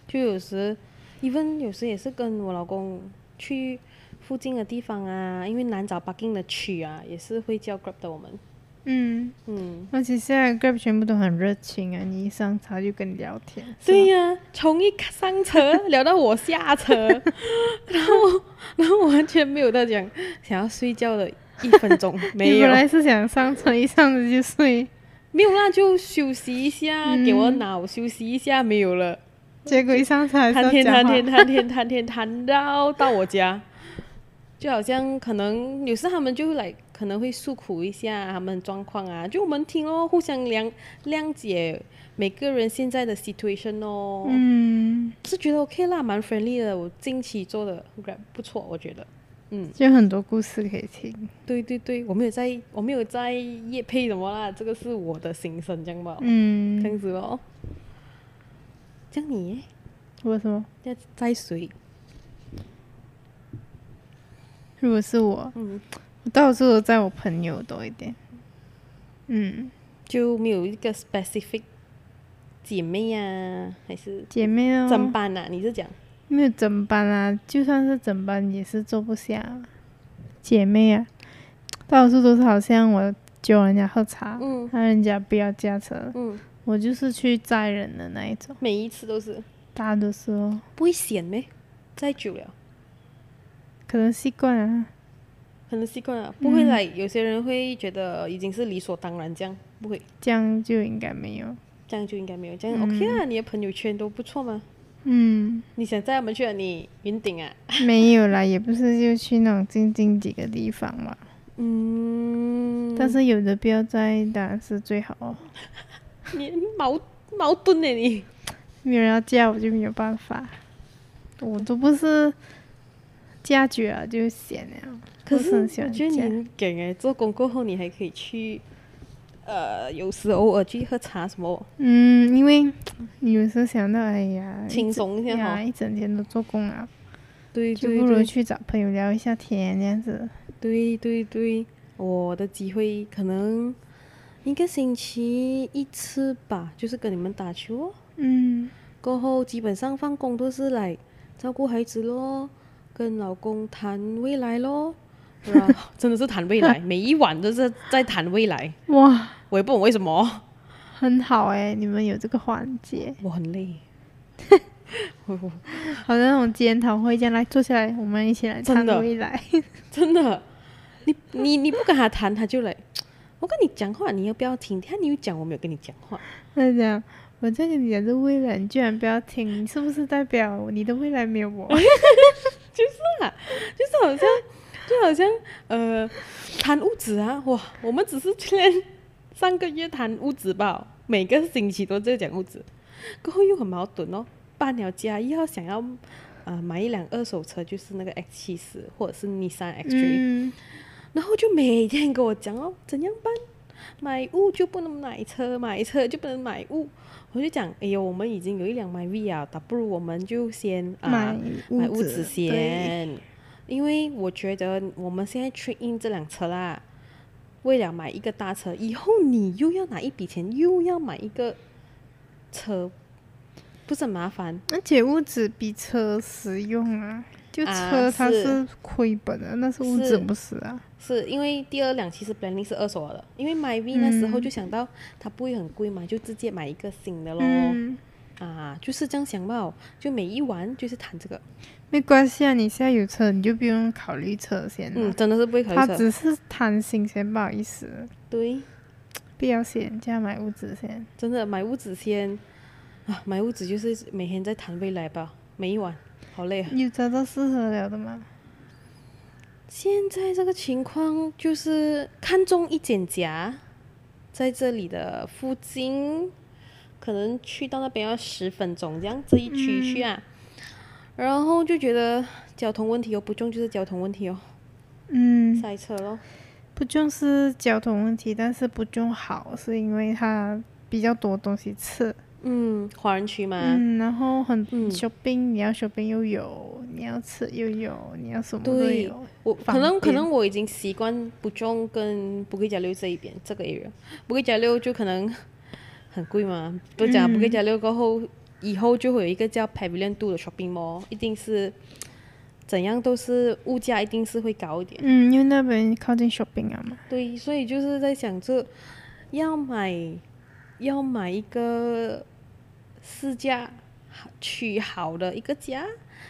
S1: 就有时，even 有时也是跟我老公去附近的地方啊，因为难找 parking 的区啊，也是会叫 Grab 的我们。
S2: 嗯，
S1: 嗯，
S2: 而且现在 Grab 全部都很热情啊，你一上车就跟你聊天。是吧
S1: 对呀、从一上车聊到我下车， <laughs> 然后然后完全没有到讲想要睡觉的 <laughs> 一分钟，没
S2: 你
S1: 有
S2: 本。来是想上车，一上车就
S1: <laughs>
S2: 睡，
S1: 没有啦，就休息一下，给我脑休息一下，没有了。
S2: 结果一上嗯车还是
S1: 谈
S2: 要
S1: 天
S2: 讲
S1: 谈
S2: 话
S1: 天。 <laughs> 谈天谈天谈到到我家，就好像可能有时他们就会来，可能会诉苦一下他们的状况啊，就我们听哦，互相谅谅解每个人现在的 situation 哦，
S2: 嗯，
S1: 是觉得 OK 啦，蛮 friendly 的。我近期做的 rap 不错，我觉得。嗯，
S2: 就很多故事可以听。
S1: 对对对，我没有在，我没有在夜配什么啦，这个是我的心声，这样吧，这
S2: 嗯，
S1: 样子哦。这样你耶
S2: 我什么？
S1: 要摘水，
S2: 如果是我，
S1: 嗯，
S2: 我到处都在我朋友多一点。嗯，
S1: 就没有一个 specific 姐妹啊，还是
S2: 姐妹哦，
S1: 整班啊？你是讲
S2: 没有整班啊，就算是整班也是坐不下啊。姐妹啊，到处都是好像我揪人家喝茶，
S1: 嗯
S2: 让人家不要驾车，
S1: 嗯，
S2: 我就是去载人的那一种，
S1: 每一次都是
S2: 大多数哦，
S1: 不会咸咩？再久了，
S2: 可能习惯啊。
S1: 可能习惯了，不会来。有些人会觉得已经是理所当然这样，不会
S2: 这样就应该没有。
S1: 嗯这样就应该没有这样。OK 啊，你的朋友圈都不错嘛。
S2: 嗯，
S1: 你想载我们去了你云顶啊？
S2: 没有啦，也不是就去那种近近几个地方嘛。
S1: 嗯，
S2: 但是有的不要在当然是最好哦。
S1: <laughs> 你矛矛盾呢你。
S2: 没有人要嫁我就没有办法，我都不是嫁久了就闲了。
S1: 可
S2: 不
S1: 是
S2: 很
S1: 我
S2: 喜
S1: 觉得
S2: 欢
S1: 你
S2: 嫁
S1: 很梗哎，做工过后你还可以去，呃，有时偶尔去喝茶什么，
S2: 嗯，因为有时候想到，哎呀，
S1: 轻
S2: 一整
S1: 松一下
S2: 呀，
S1: 哈。
S2: 一整天都做工啊，
S1: 对
S2: 就
S1: 对
S2: 不如
S1: 对
S2: 去找朋友聊一下天这样子。
S1: 对对对，我的机会可能一个星期一次吧，就是跟你们打球哦。
S2: 嗯
S1: 过后基本上放工都是来照顾孩子咯，跟老公谈未来咯。然后 <laughs> 真的是谈未来，每一晚都是在谈未来。
S2: 哇，
S1: 我也不懂为什么，
S2: 很好哎、你们有这个环节，
S1: <laughs> 我很累。我我
S2: 好像那种检讨会这样来坐下来，我们一起来
S1: 真
S2: 谈
S1: 的
S2: 未来。 <laughs>
S1: <laughs> 真的，你你你不跟他谈，他就来。我跟你讲话，你要不要听？他你又讲我没有跟你讲话，
S2: 他讲，我在跟你讲这未来，你居然不要听，你是不是代表你的未来没有我？
S1: 就是好像就好像呃谈屋子啊，哇，我们只是去年上个月谈屋子吧，每个星期都在讲屋子，过后又很矛盾哦。搬了家又要想要呃买一辆二手车，就是那个 X 七十或者是 Nissan X 3
S2: 嗯，
S1: 然后就每天跟我讲哦，怎样办？买屋就不能买车，买车就不能买屋。我就讲，哎呦，我们已经有一辆 My V 啊，倒不如我们就先啊、
S2: 买
S1: 买屋子
S2: 子对
S1: 先，因为我觉得我们现在 trade in 这辆车啦，为了买一个大车，以后你又要拿一笔钱，又要买一个车，不是很麻烦？
S2: 而且屋子比车实用啊，就
S1: 啊
S2: 车它
S1: 是
S2: 是亏本的，但是屋子
S1: 是
S2: 不是啊。
S1: 是因为第二辆其实 planning 是二手的，因为 My V 那时候
S2: 嗯
S1: 就想到它不会很贵嘛，就直接买一个新的咯。
S2: 嗯，
S1: 啊，就是这样想吧，就每一晚就是谈这个，
S2: 没关系啊，你现在有车，你就不用考虑车险
S1: 嗯，
S2: 了。
S1: 真的是不会考
S2: 他
S1: 虑车，
S2: 只是贪心先，不好意思，
S1: 对，
S2: 不要先这样买屋子先。
S1: 真的买屋子先啊，买屋子就是每天在谈未来吧，每一晚，好累啊。
S2: 有找到适合了的吗？
S1: 现在这个情况就是看中一间家，在这里的附近，可能去到那边要十分钟这样这一区去啊，然后就觉得交通问题哦，不中就是交通问题哦，
S2: 嗯，
S1: 塞车咯。
S2: 不重是交通问题，但是不重好是因为它比较多东西吃。
S1: 嗯，华人区嘛，
S2: 嗯，然后很
S1: 嗯
S2: shopping，你要 shopping 又有，你要吃又有，你要什么都
S1: 对
S2: 有。
S1: 我
S2: 方
S1: 可能可
S2: 便
S1: 能我已经习惯不中跟不给加六这一边这个 area，不给加六就可能很贵嘛，都讲不给加六过后，以后就会有一个叫 Pavilion Two 的 shopping mall，一定是怎样都是物价一定是会高一点。
S2: 嗯，因为那边靠近 shopping 啊嘛。
S1: 对，所以就是在想着要买要买一个市价取好的一个家，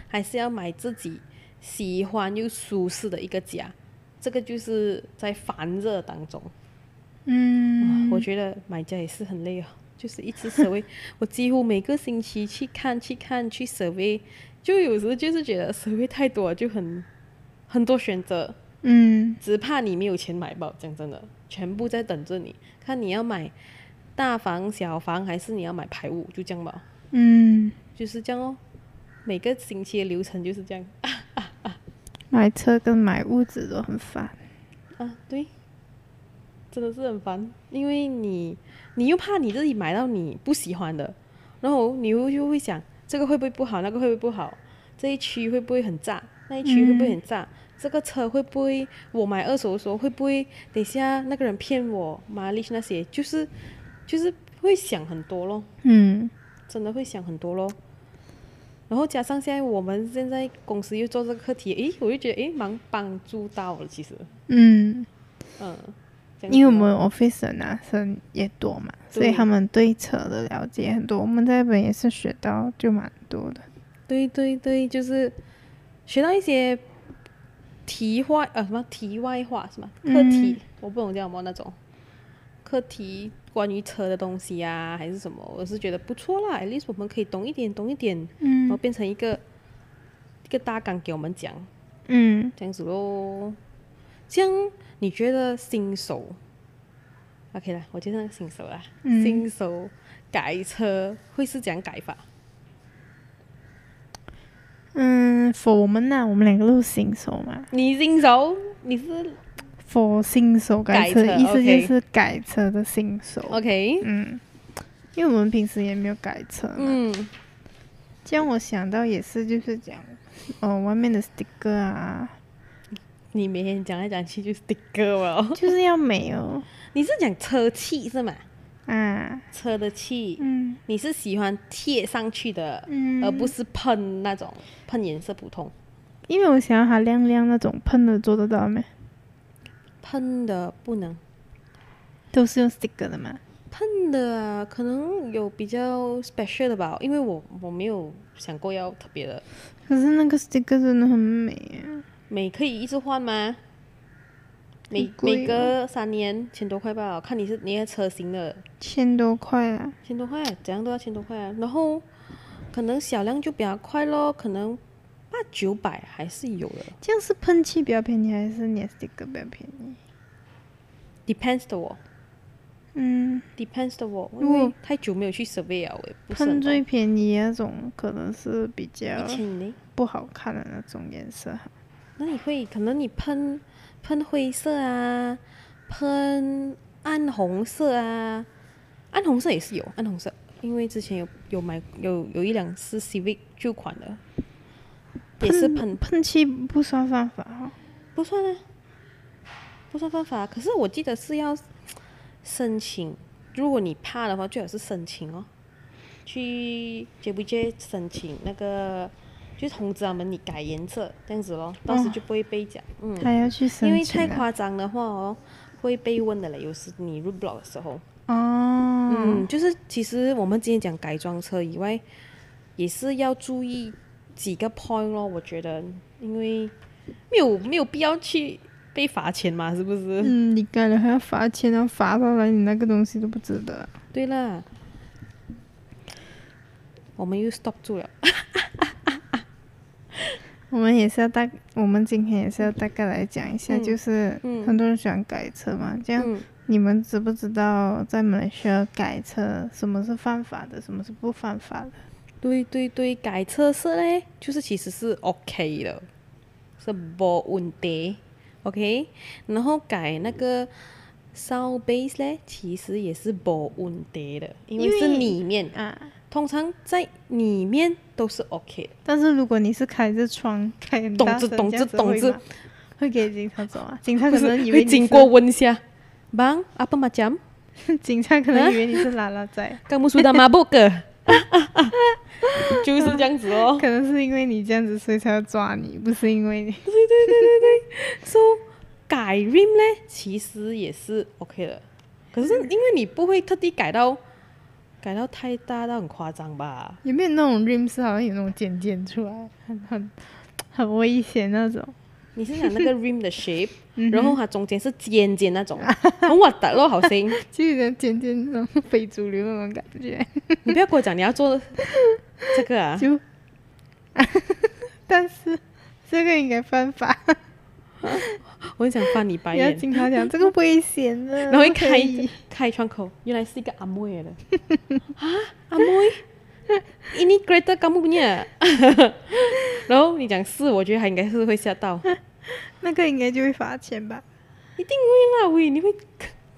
S1: 还是要买自己喜欢又舒适的一个家，这个就是在烦热当中。
S2: 嗯，
S1: 我觉得买家也是很累啊，就是一直 survey，我几乎每个星期去看、去看、去 survey，就有时候就是觉得 survey 太多了，就很很多选择。
S2: 嗯，
S1: 只怕你没有钱买吧。讲真的，全部在等着你，看你要买大房、小房，还是你要买排屋，就这样吧，
S2: 嗯，
S1: 就是这样哦。每个星期的流程就是这样
S2: 买车跟买屋子都很烦。
S1: 啊，对，真的是很烦，因为你你又怕你自己买到你不喜欢的，然后你又又会想这个会不会不好，那个会不会不好，这一区会不会很炸，那一区会不会很炸。这个车会不会？我买二手的时候会不会？等一下那个人骗我，马力那些就是就是会想很多咯。
S2: 嗯
S1: 真的会想很多咯。然后加上现在我们现在公司又做这个课题，诶，我就觉得诶，蛮帮助到了。其实，
S2: 嗯，
S1: 嗯，这样
S2: 因为我
S1: 子咯
S2: 们 office 的男生也多嘛，所以
S1: 对
S2: 他们对车的了解很多。我们在日本也是学到就蛮多的。
S1: 对对对，就是学到一些题
S2: 嗯
S1: 外呃什么题外话是吗？课题、我不懂叫什么那种课题关于车的东西啊，还是什么，我是觉得不错啦。at least 我们可以懂一点，懂一点，然后
S2: 嗯
S1: 变成一个一个大纲给我们讲，
S2: 嗯，
S1: 这样子咯。这样你觉得新手？OK 啦，我就算新手啦。
S2: 嗯
S1: 新手改车会是怎样改法？
S2: 嗯，for 我们呐、我们两个都是新手嘛
S1: 你新手，你是
S2: ，for 新手改车，
S1: 改车
S2: 意思就
S1: OK
S2: 是改车的新手。
S1: OK？
S2: 嗯，因为我们平时也没有改车嘛，
S1: 嗯
S2: 这样我想到也是，就是讲，哦，外面的 sticker <laughs> 啊，
S1: 你每天讲来讲去就是 sticker 哦。
S2: 就是要美哦，
S1: <laughs> 你是讲车气是吗？
S2: 啊，
S1: 车的气，
S2: 嗯
S1: 你是喜欢贴上去的，
S2: 嗯，
S1: 而不是喷那种喷颜色普通。
S2: 因为我想要它亮亮那种，喷的做得到没？
S1: 喷的不能，
S2: 都是用 sticker 的嘛。
S1: 喷的啊，可能有比较 special 的吧，因为我我没有想过要特别的。
S2: 可是那个 sticker 真的很美啊，
S1: 每可以一直换吗？每
S2: 很贵
S1: 每隔三年千多块吧，看你是你的车型的，
S2: 千多块啊，
S1: 千多块，怎样都要千多块啊。然后可能小量就比较快咯，可能八九百还是有的
S2: 这样是喷漆比较便宜还是你的 sticker 比较便宜？
S1: ，depends 的我
S2: 嗯，
S1: ，depends 的我，
S2: 如
S1: 因
S2: 果
S1: 为太久没有去 survey 了，我也不是
S2: 哦喷
S1: 很
S2: 最
S1: 懂。
S2: 便宜那种可能是比较
S1: 一千以内，
S2: 不好看的那种颜色。
S1: 那你会可能你喷喷灰色啊，喷暗红色啊，暗红色也是有暗红色，因为之前有有买有有一辆是 Civic 旧款的，也是喷
S2: 喷漆不算犯法哦，
S1: 不算啊，不算犯法。可是我记得是要申请，如果你怕的话，最好是申请哦，去 JBJ 申请那个，就通知他们你改颜色这样子咯，到时就不会被讲。嗯，
S2: 还要去申请、啊。
S1: 因为太夸张的话哦，会被问的嘞。有时你入 blog 的时候，
S2: 哦，
S1: 嗯，就是其实我们今天讲改装车以外，也是要注意几个 point 咯。我觉得，因为没有没有必要去被罚钱嘛，是不是？
S2: 嗯，你改了还要罚钱，然后罚到来你那个东西都不值得。
S1: 对啦，我们又 stop 住了。
S2: 我们也是要大，我们今天也是要大概来讲一下，
S1: 嗯
S2: 就是
S1: 嗯
S2: 很多人喜欢改车嘛，这样
S1: 嗯，
S2: 你们知不知道在马来西亚改车什么是犯法的，什么是不犯法的？
S1: 对对对，改车色嘞，就是其实是 OK 的，是没问题，OK。然后改那个 sound base 嘞，其实也是没问题的，因为
S2: 因为
S1: 是里面，
S2: 啊，
S1: 通常在里面都是 OK 的。
S2: 但是如果你是开着窗开很大声，
S1: 懂之
S2: 这样子
S1: 懂之
S2: 会吗会给警察走啊？警察
S1: <laughs> 不
S2: 可
S1: 是
S2: 能以为
S1: 会
S2: 你
S1: 经
S2: 是
S1: 过，问一下，bang apa macam？
S2: <laughs> 警察可能以为你
S1: <laughs>
S2: 是拉拉仔，
S1: Kamu sudah
S2: <laughs>
S1: mabuk ke？就是这样子 <laughs> 哦。
S2: <laughs> 可能是因为你这样子，所以才要抓你，不是因为 <laughs> 你。
S1: <laughs> So 改 rim 呢，其实也是 OK 的，可是因为你不会特地改到改到太大到很夸张吧？
S2: 有没有那种 rim 是好像有那种尖尖出来，很很很危险那种？
S1: 你是
S2: <laughs>
S1: 讲那个 rim 的 shape，
S2: 嗯哼
S1: 然后它中间是尖尖
S2: <laughs>
S1: 那种，很核突咯，好心。
S2: 就有点尖尖那种非主流那种感觉。
S1: 你不要跟我讲你要做这个啊，
S2: 就， <laughs> 但是这个应该犯法，
S1: 我很想翻你白
S2: 你要
S1: 眼。
S2: 经常讲这个危险
S1: <laughs>
S2: 的，
S1: 然后一
S2: 嗯不可
S1: 开
S2: 以
S1: 开窗口，原来是一个阿妹来的 <laughs> 啊，阿妹，ini greater kamu punya，然后你讲是，我觉得还应该是会吓
S2: <laughs>
S1: 到，
S2: <laughs> 那个应该就会罚钱吧？
S1: 一定会啦喂，你会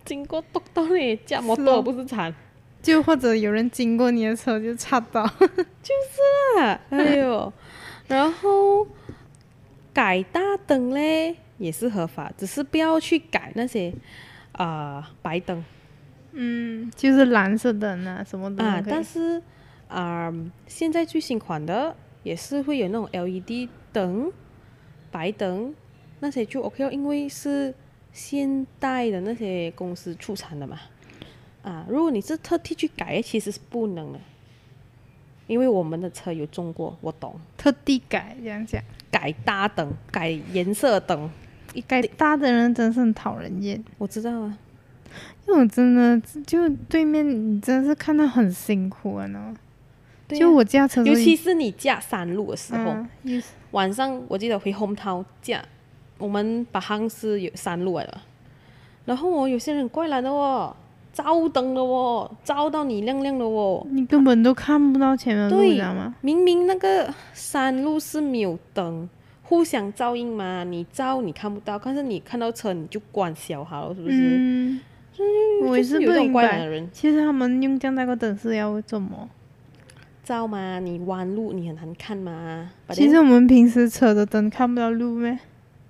S1: 经过剁到你驾摩
S2: 是咯
S1: 托不是惨，
S2: 就或者有人经过你的车就插到，
S1: 就是
S2: 哦
S1: 啦，哎呦，然后改大灯嘞也是合法，只是不要去改那些啊、呃白灯。
S2: 嗯， <laughs> 就是蓝色灯啊什么的
S1: 啊，但是啊、现在最新款的也是会有那种 LED 灯、白灯那些就 OK 了，因为是现代的那些公司出产的嘛。啊，如果你是特地去改，其实是不能的，因为我们的车有中过，我懂，
S2: 特地改这样讲，
S1: 改大灯、改颜色灯，
S2: 改大的人真是很讨人厌。
S1: 我知道啊。
S2: 因为我真的就对面，你真的是看到很辛苦啊，喏。
S1: 对
S2: 就
S1: 啊
S2: 我驾车的时
S1: 尤哦
S2: 候，
S1: 其是你驾山路的时候，
S2: 嗯，有时
S1: 晚上我记得回 home town 驾，我们把行是有山路来的，然后哦，有些人很怪来的哦，照灯的哦，照到你亮亮的哦，
S2: 你根本都看不到前面的路，
S1: 对啊
S2: 你知道吗？
S1: 明明那个山路是没有灯，互相照应嘛，你照你看不到，但是你看到车你就关小它了，是不是？
S2: 嗯，我
S1: 就
S2: 也
S1: 是有
S2: 不
S1: 这种
S2: 明
S1: 怪懒的
S2: 白。
S1: 人
S2: 其实他们用这样大个灯是要怎么？
S1: 照嘛，你弯路你很难看嘛。But
S2: 其
S1: then-
S2: 实我们平时车的灯看不到路咩？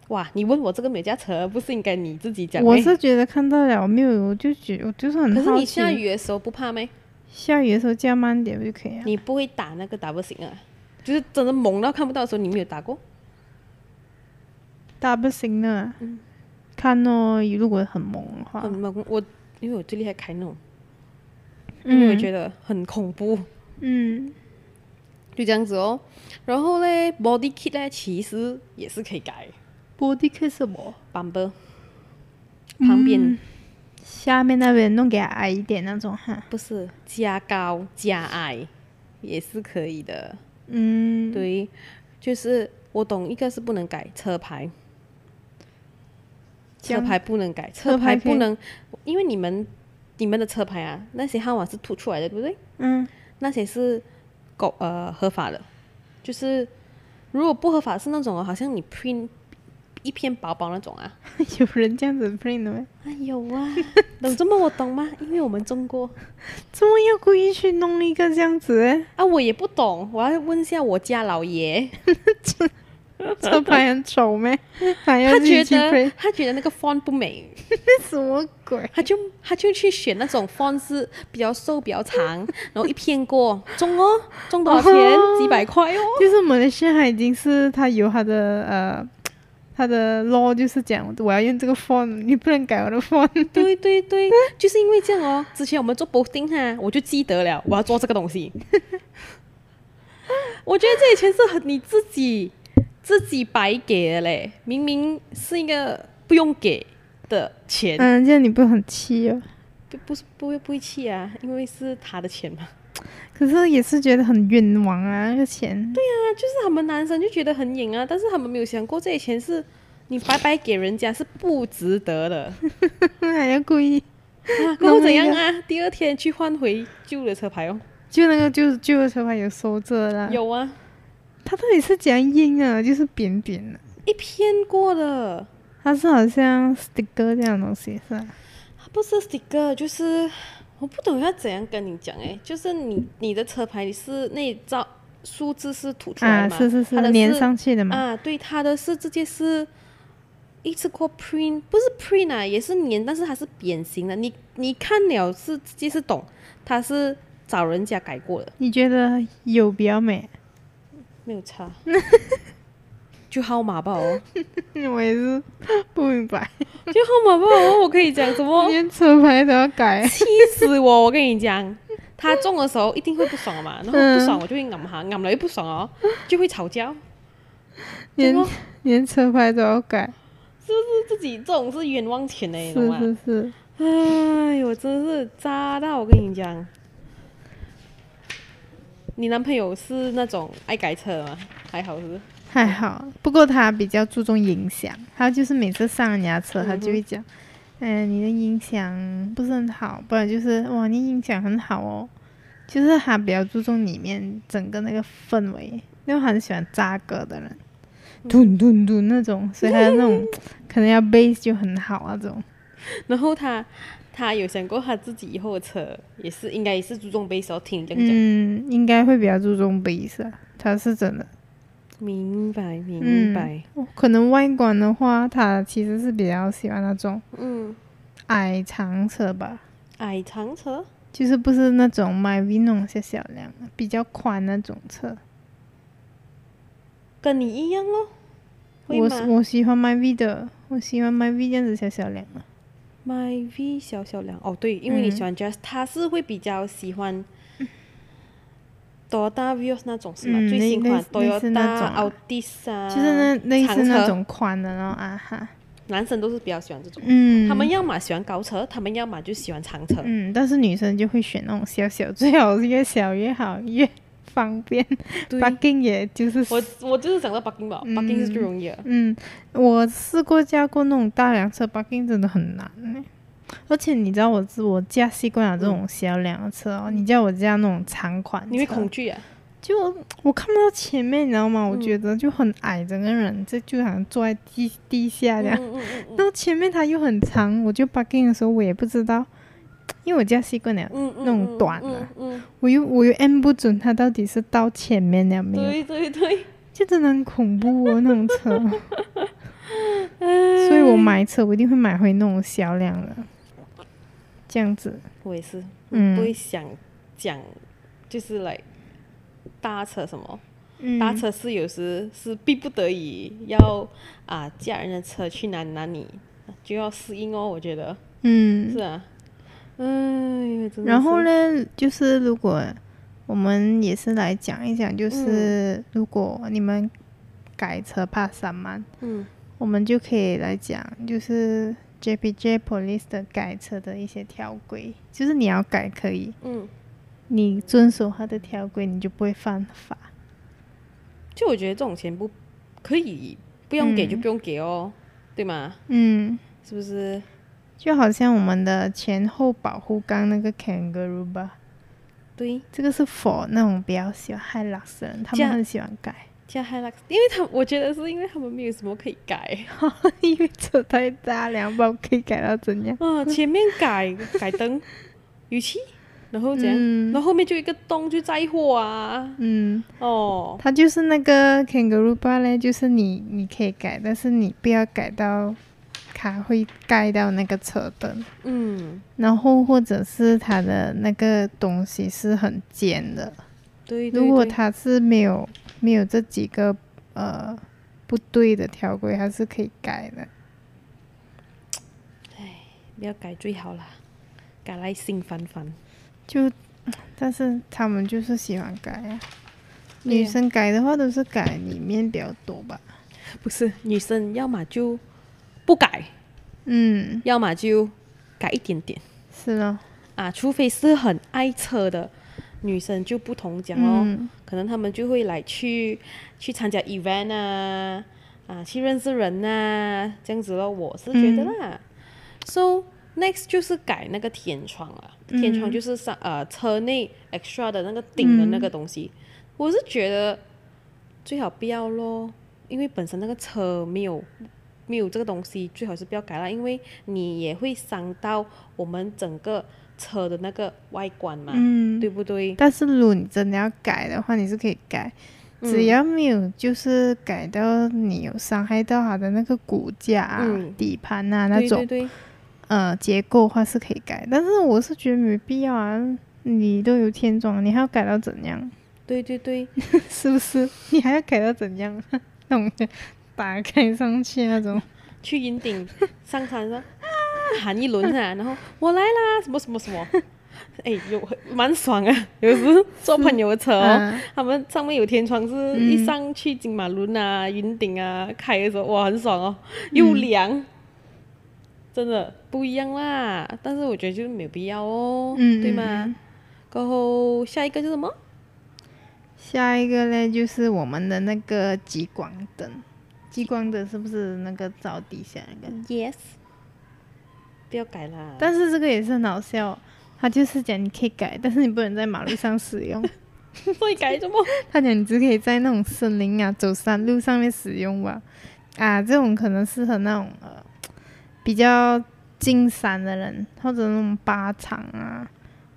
S1: 哇，你问我这个美驾车，不是应该你自己讲
S2: 我
S1: 咩
S2: 是觉得看到了，我没有，我就觉我就是很
S1: 可是
S2: 好
S1: 你
S2: 奇
S1: 下。雨的时候不怕没？
S2: 下雨的时候加慢点不就可以啊了？
S1: 你不会打那个 double signal，啊就是真的猛到看不到的时候，你没有打过？
S2: 大不行的啊，看哦，如果很猛的
S1: 嗯
S2: 话
S1: 很，猛，我因为我最厉害开那种，因为我
S2: 嗯
S1: 觉得很恐怖，
S2: 嗯，
S1: 就这样子哦。然后嘞，body kit 呢，其实也是可以改
S2: 波地克什么？
S1: ，bumper 旁边、
S2: 下面那边弄给它矮一点那种哈。
S1: 不是加高加矮也是可以的。
S2: 嗯，
S1: 对，就是我懂一个是不能改车牌，
S2: 这
S1: 车
S2: 样
S1: 牌不能改，
S2: 车
S1: 车牌
S2: 牌可以
S1: 不能，因为你们你们的车牌啊，那些号码是凸出来的，对不对？
S2: 嗯， <laughs>
S1: 那些是狗呃合法的，就是如果不合法是那种哦好像你 print 一片薄薄那种啊。
S2: 有人这样子 print 的吗？
S1: 哎有啊，懂这么我懂吗？因为我们中国
S2: 怎么要故意去弄一个这样子
S1: <laughs>
S2: 欸？
S1: 啊，我也不懂，我要问一下我家老爷，
S2: 车牌很丑咩？还要
S1: 他
S2: 自
S1: 觉
S2: 己去 print
S1: 得他觉得那个 font 不美，
S2: 什么鬼？
S1: 他就他就去选那种 font 是比较瘦比较 <laughs> 长，然后一片过中哦，中多少钱？几百块哦。
S2: 就是马来西亚已经是他有他的呃，他的 law 就是讲我要用这个 font，你不能改我的 font。
S1: <laughs> 对对对， <laughs> 就是因为这样哦。之前我们做 posting 哈、我就记得了，我要做这个东西。 <laughs> 我觉得这以前是很你自己自己白给的嘞，明明是一个不用给的钱，
S2: 嗯，这样你不是很气哦？
S1: 不不是不会不会气啊，因为是他的钱嘛。
S2: 可是也是觉得很冤枉啊，那个钱。对，
S1: 那就是他们男生就觉得很瘾啊，但是他们没有想过这些钱是你白白给人家是不值得
S2: <laughs>
S1: 的。
S2: 还要故意
S1: 啊，过后怎样啊？第二天去换回旧的车牌哦。
S2: 就那个就是旧的车牌有收着啦。
S1: 有啊。
S2: 它到底是怎样印啊？就是扁扁的，
S1: 一片过的，
S2: 它是好像 sticker 这样的东西是吧？
S1: 它不是 sticker，就是我不懂要怎样跟你讲哎，就是你你的车牌你是那一张数字是吐出来
S2: 啊，
S1: 的嘛，
S2: 是是
S1: 它
S2: 是呃
S1: 的，
S2: 粘上去的嘛。
S1: 啊，对，它的是直接是一次过 print，不是 print 啊，也是粘，但是它是扁形的，你你看了是直接是懂，它是找人家改过的，
S2: 你觉得有比较美？
S1: 没有差， <laughs> 就号码吧哦，
S2: 我也是 <laughs> 不明白，
S1: <laughs> 就号码吧哦，我可以讲什 <laughs> 么？
S2: 连车牌都要改。
S1: 气死我！我跟你讲，他中的时候一定会不爽的嘛，然后不爽我就会按他，按了又不爽哦，就会吵 <laughs> 架。
S2: 连
S1: 结果
S2: 连车牌都要改，
S1: 就是自己这种是冤枉钱的，你懂
S2: 是
S1: 吗？
S2: 是是，
S1: 哎呦，真是渣到我跟你讲。你男朋友是那种爱改车的吗？还好是不是
S2: 还好。不过他比较注重影响，他就是每次上人家车，他就会讲，嗯、你的音响不是很好，不然就是哇，你音响很好哦，就是他比较注重里面整个那个氛围，因为他很喜欢扎歌的人，咚咚咚那种，所以他那种可能要 bass 就很好啊， <laughs> 这种。
S1: 然后他他有想过他自己以后的车也是应该也是注重贝斯哦，听人家讲。
S2: 嗯，应该会比较注重 bass 啊，他是真的。
S1: 明白明白，
S2: 哦可能外观的话，他其实是比较喜欢那种
S1: 嗯，
S2: 矮长车吧，
S1: 矮长车。
S2: 就是不是那种 m y v i 那种小小辆，比较宽那种车。
S1: 跟你一样咯，会
S2: 我
S1: 吗
S2: 喜我喜欢 m y v i 的，我喜欢 m y v i 这样子小小辆的。
S1: ？My V 小小梁哦，对，因为你喜
S2: 嗯
S1: 欢 Jazz，、他是会比较喜欢 Toyota Vios 那种是吗？
S2: 嗯
S1: 最新款
S2: 类类似那种
S1: Toyota
S2: 啊
S1: Altis 啊，
S2: 就是那类
S1: 长
S2: 似
S1: 车
S2: 那种宽的，然后啊哈，
S1: 男生都是比较喜欢这种，
S2: 嗯，
S1: 他们要么喜欢高车，他们要么就喜欢长车。
S2: 嗯，但是女生就会选那种小小，最好是越小越好，越方便。
S1: 对，
S2: Parking 也就是，
S1: 我我就是想到 parking 吧、
S2: 嗯
S1: p a r k i n g 是最容易的。
S2: 嗯，我试过驾过那种大辆车，Parking 真的很难欸。而且你知道我我驾习惯了这种小辆的车哦，你叫我驾那种长款车，
S1: 嗯你会恐惧啊？
S2: 就我看不到前面，你知道吗？我
S1: 嗯
S2: 觉得就很矮，整个人这就好像坐在地地下
S1: 嗯
S2: 这样。
S1: 嗯嗯嗯
S2: 然后前面它又很长，我就 parking 的时候我也不知道，因为我驾习惯了，
S1: 嗯嗯，
S2: 那种短的
S1: 嗯嗯，
S2: 我又我又按不准它到底是到前面了
S1: 嗯
S2: 没有，
S1: 对对对，
S2: 就真的很恐怖哦那种
S1: <laughs>
S2: 车。所以我买车我一定会买回那种小辆的，这样子。
S1: 我也是，
S2: 嗯
S1: 不会想讲，就是来搭车什么。
S2: 嗯，
S1: 搭车是有时是逼不得已要啊驾人的车去哪里哪里，就要适应哦。我觉得
S2: 嗯
S1: 是，啊，哎呀，真的
S2: 然后
S1: 是？
S2: 呢，就是如果我们也是来讲一讲，
S1: 嗯
S2: 就是如果你们改车怕三万，
S1: 嗯，
S2: 我们就可以来讲，就是 JPJ Police 的改车的一些条规，就是你要改可以，
S1: 嗯，
S2: 你遵守它的条规，你就不会犯法。
S1: 就我觉得这种钱不可以不用给就
S2: 嗯
S1: 不用给哦，对吗？
S2: 嗯，
S1: 是不是？
S2: 就好像我们的前后保护杠那个 Kangaroo 吧，
S1: 对，
S2: 这个是 for 那种比较喜欢害老实人，他
S1: 这
S2: 们
S1: 样
S2: 很喜欢改， <laughs>
S1: 加 Hilux，因为他们我觉得是因为他们没有什么可以改
S2: 因为车太大，两包可以改到怎样？
S1: 啊，前面改改灯、油漆，然后怎样？
S2: 嗯
S1: 然后后面就一个洞就载货啊，
S2: 嗯，
S1: 哦，
S2: 它就是那个 kangaroo bar 嘞，就是你你可以改，但是你不要改到它会盖到那个车灯，
S1: 嗯，
S2: 然后或者是它的那个东西是很尖的。
S1: 对对
S2: 如果
S1: 对
S2: 它是没有没有这几个呃不对的条规，它是可以改的。
S1: 不要改最好啦，改来心烦烦。
S2: 就但是他们就是喜欢改啊。
S1: 对呀
S2: 女生改的话都是改里面比较多吧，
S1: 不是女生，要么就不改，
S2: 嗯，
S1: 要么就改一点点
S2: 是咯，
S1: 啊，除非是很爱车的女生就不同讲哦，
S2: 嗯
S1: 可能她们就会来去去参加 event 啊，啊，去认识人啊，这样子咯。我是觉得
S2: 嗯
S1: 啦、s o next 就是改那个天窗啊，
S2: 嗯
S1: 天窗就是上、呃车内 extra 的那个顶的那个东
S2: 嗯
S1: 西，我是觉得最好不要咯，因为本身那个车没有没有这个东西，最好是不要改啦，因为你也会伤到我们整个车的那个外观嘛，
S2: 嗯，
S1: 对不对？
S2: 但是如果你真的要改的话，你是可以改，
S1: 嗯
S2: 只要没有就是改到你有伤害到它的那个骨架、啊、
S1: 嗯
S2: 底盘啊那
S1: 对
S2: 种
S1: 对对，
S2: 呃结构的话是可以改，但是我是觉得没必要啊。你都有天窗，你还要改到怎样？ <laughs>
S1: 对对对，
S2: 是不是？ <laughs> 你还要改到怎样？ <laughs> 那种打开上去那种，
S1: 去云顶上山说啊喊一轮啊，然后我来啦，什么什么什么， <laughs> 哎，有蛮爽啊，有时坐朋友的车哦。
S2: 啊
S1: 他们上面有天窗，是
S2: 嗯
S1: 一上去金马伦啊、云顶啊开的时候，哇，很爽哦，
S2: 嗯
S1: 又凉，真的不一样啦。但是我觉得就是没有必要哦，
S2: 嗯
S1: 对
S2: 嗯
S1: 吗
S2: 嗯？
S1: 然后下一个是什么？
S2: 下一个嘞就是我们的那个激光灯，激光灯是不是那个照底下那个？
S1: Yes，不要改啦。
S2: 但是这个也是很好笑，他就是讲你可以改，但是你不能在马路上使用。 <laughs>
S1: 所以改什么？
S2: 他讲你只可以在那种森林啊、走山路上面使用吧。啊，这种可能适合那种呃比较进山的人，或者那种靶场啊、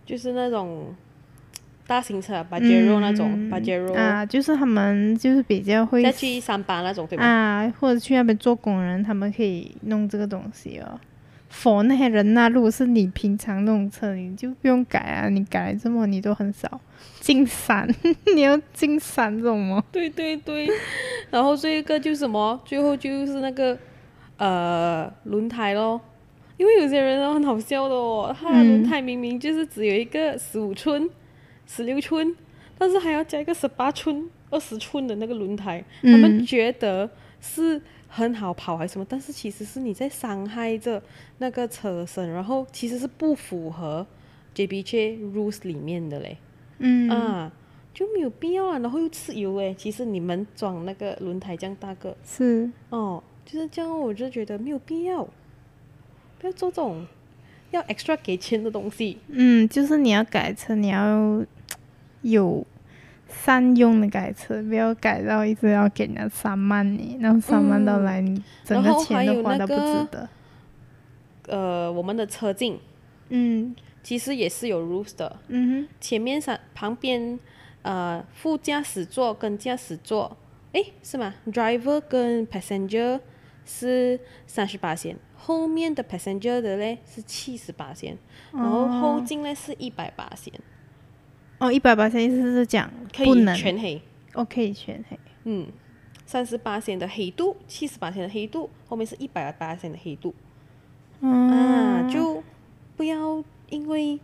S1: 就是那种大型车，巴杰罗那种，
S2: 嗯
S1: 巴杰罗，
S2: 啊，就是他们就是比较会
S1: 再去上班那种，对吧？
S2: 啊，或者去那边做工人，他们可以弄这个东西哦。for 那些人呐、如果是你平常那种车，你就不用改啊，你改这么你都很少进山， <laughs> 你要进山这种吗？
S1: 对对对。 <laughs> 然后这个就是什么？最后就是那个呃轮胎咯。因为有些人哦很好笑的哦，他的轮胎明明就是只有一个十五寸、十六寸，但是还要加一个十八寸、二十寸的那个轮胎，他们
S2: 嗯
S1: 觉得是很好跑还是什么，但是其实是你在伤害着那个车身，然后其实是不符合 JBJ rules 里面的嘞。
S2: 嗯
S1: 啊，就没有必要了，啊然后又吃油诶。其实你们装那个轮胎这样大个，
S2: 是，
S1: 哦，就是这样，我就觉得没有必要，不要做这种要 extra 给钱的东西。
S2: 嗯，就是你要改车，你要有善用的改车，不要改到一直要给人家三万你，然后三万到
S1: 嗯
S2: 来你整
S1: 然
S2: 个
S1: 后还
S2: 钱都
S1: 有
S2: 花
S1: 那
S2: 到不值
S1: 个
S2: 得。
S1: 呃，我们的车镜
S2: 嗯
S1: 其实也是有 rules 的，
S2: 嗯
S1: 前面三旁边呃副驾驶座跟驾驶座，诶，是吗？driver 跟 passenger 是三十八线，后面的 passenger 的嘞是七十八线，
S2: 哼，
S1: 然后后
S2: 哦
S1: 镜嘞是一百八线，
S2: 哦，一百八十意思是讲
S1: 可
S2: 不
S1: 以
S2: 能
S1: 全黑。
S2: 哦，可以全黑。
S1: 嗯，三十八线的黑度，七十八线的黑度，后面是一百八线的黑度、
S2: 嗯，
S1: 啊，就不要因为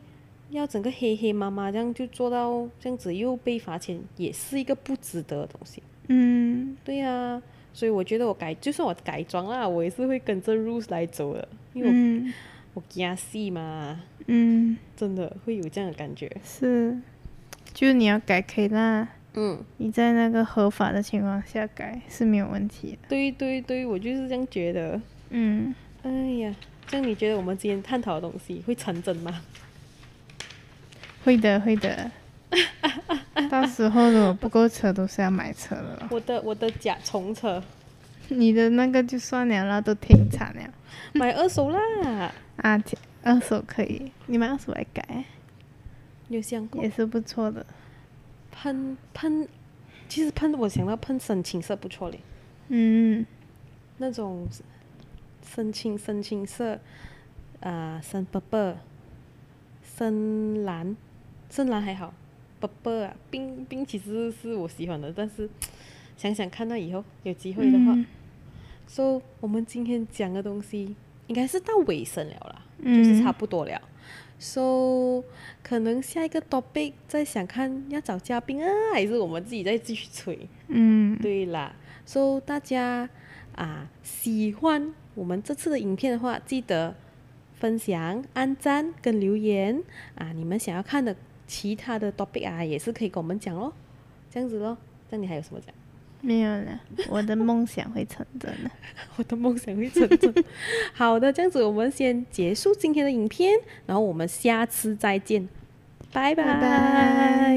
S1: 要整个黑黑麻麻这样就做到这样子又被罚钱，也是一个不值得的东西。
S2: 嗯
S1: 对呀、所以我觉得我改，就算我改装啦，我也是会跟着 rules 来走的，因为我、
S2: 嗯
S1: 我加戏嘛，
S2: 嗯
S1: 真的会有这样的感觉。
S2: 是，就你要改可以啦，
S1: 嗯，
S2: 你在那个合法的情况下改是没有问题的。
S1: 对对对，我就是这样觉得。
S2: 嗯，
S1: 哎呀，这样你觉得我们今天探讨的东西会成真吗？ <laughs>
S2: 会的会 <laughs> 的。到时候如果不够车，都是要买车的了。
S1: 我的我的甲虫车，
S2: 你的那个就算了啦，都停产了
S1: 买二手啦，
S2: 啊，停二手可以，你买二手来改
S1: 有想过
S2: 也是不错的。
S1: 喷喷？其实喷我想到喷深青色不错嘞，
S2: 嗯
S1: 那种深青深青色，啊、深白白，深蓝，深蓝还好，白白啊，冰冰其实是我喜欢的，但是想想看到以后有机会的话，
S2: 嗯
S1: 所以我们今天讲的东西应该是到尾声了啦，
S2: 嗯
S1: 就是差不多了。So，可能下一个 topic 再想看要找嘉宾啊，还是我们自己再继续吹？
S2: 嗯，
S1: 对啦，So 大家啊喜欢我们这次的影片的话，记得分享、按赞跟留言啊，你们想要看的其他的 topic 啊，也是可以跟我们讲咯，这样子咯。这样你还有什么讲？
S2: 没有了，我的梦想会成真的。
S1: <laughs> 我的梦想会成真。好的，这样子我们先结束今天的影片，然后我们下次再见，拜
S2: 拜拜。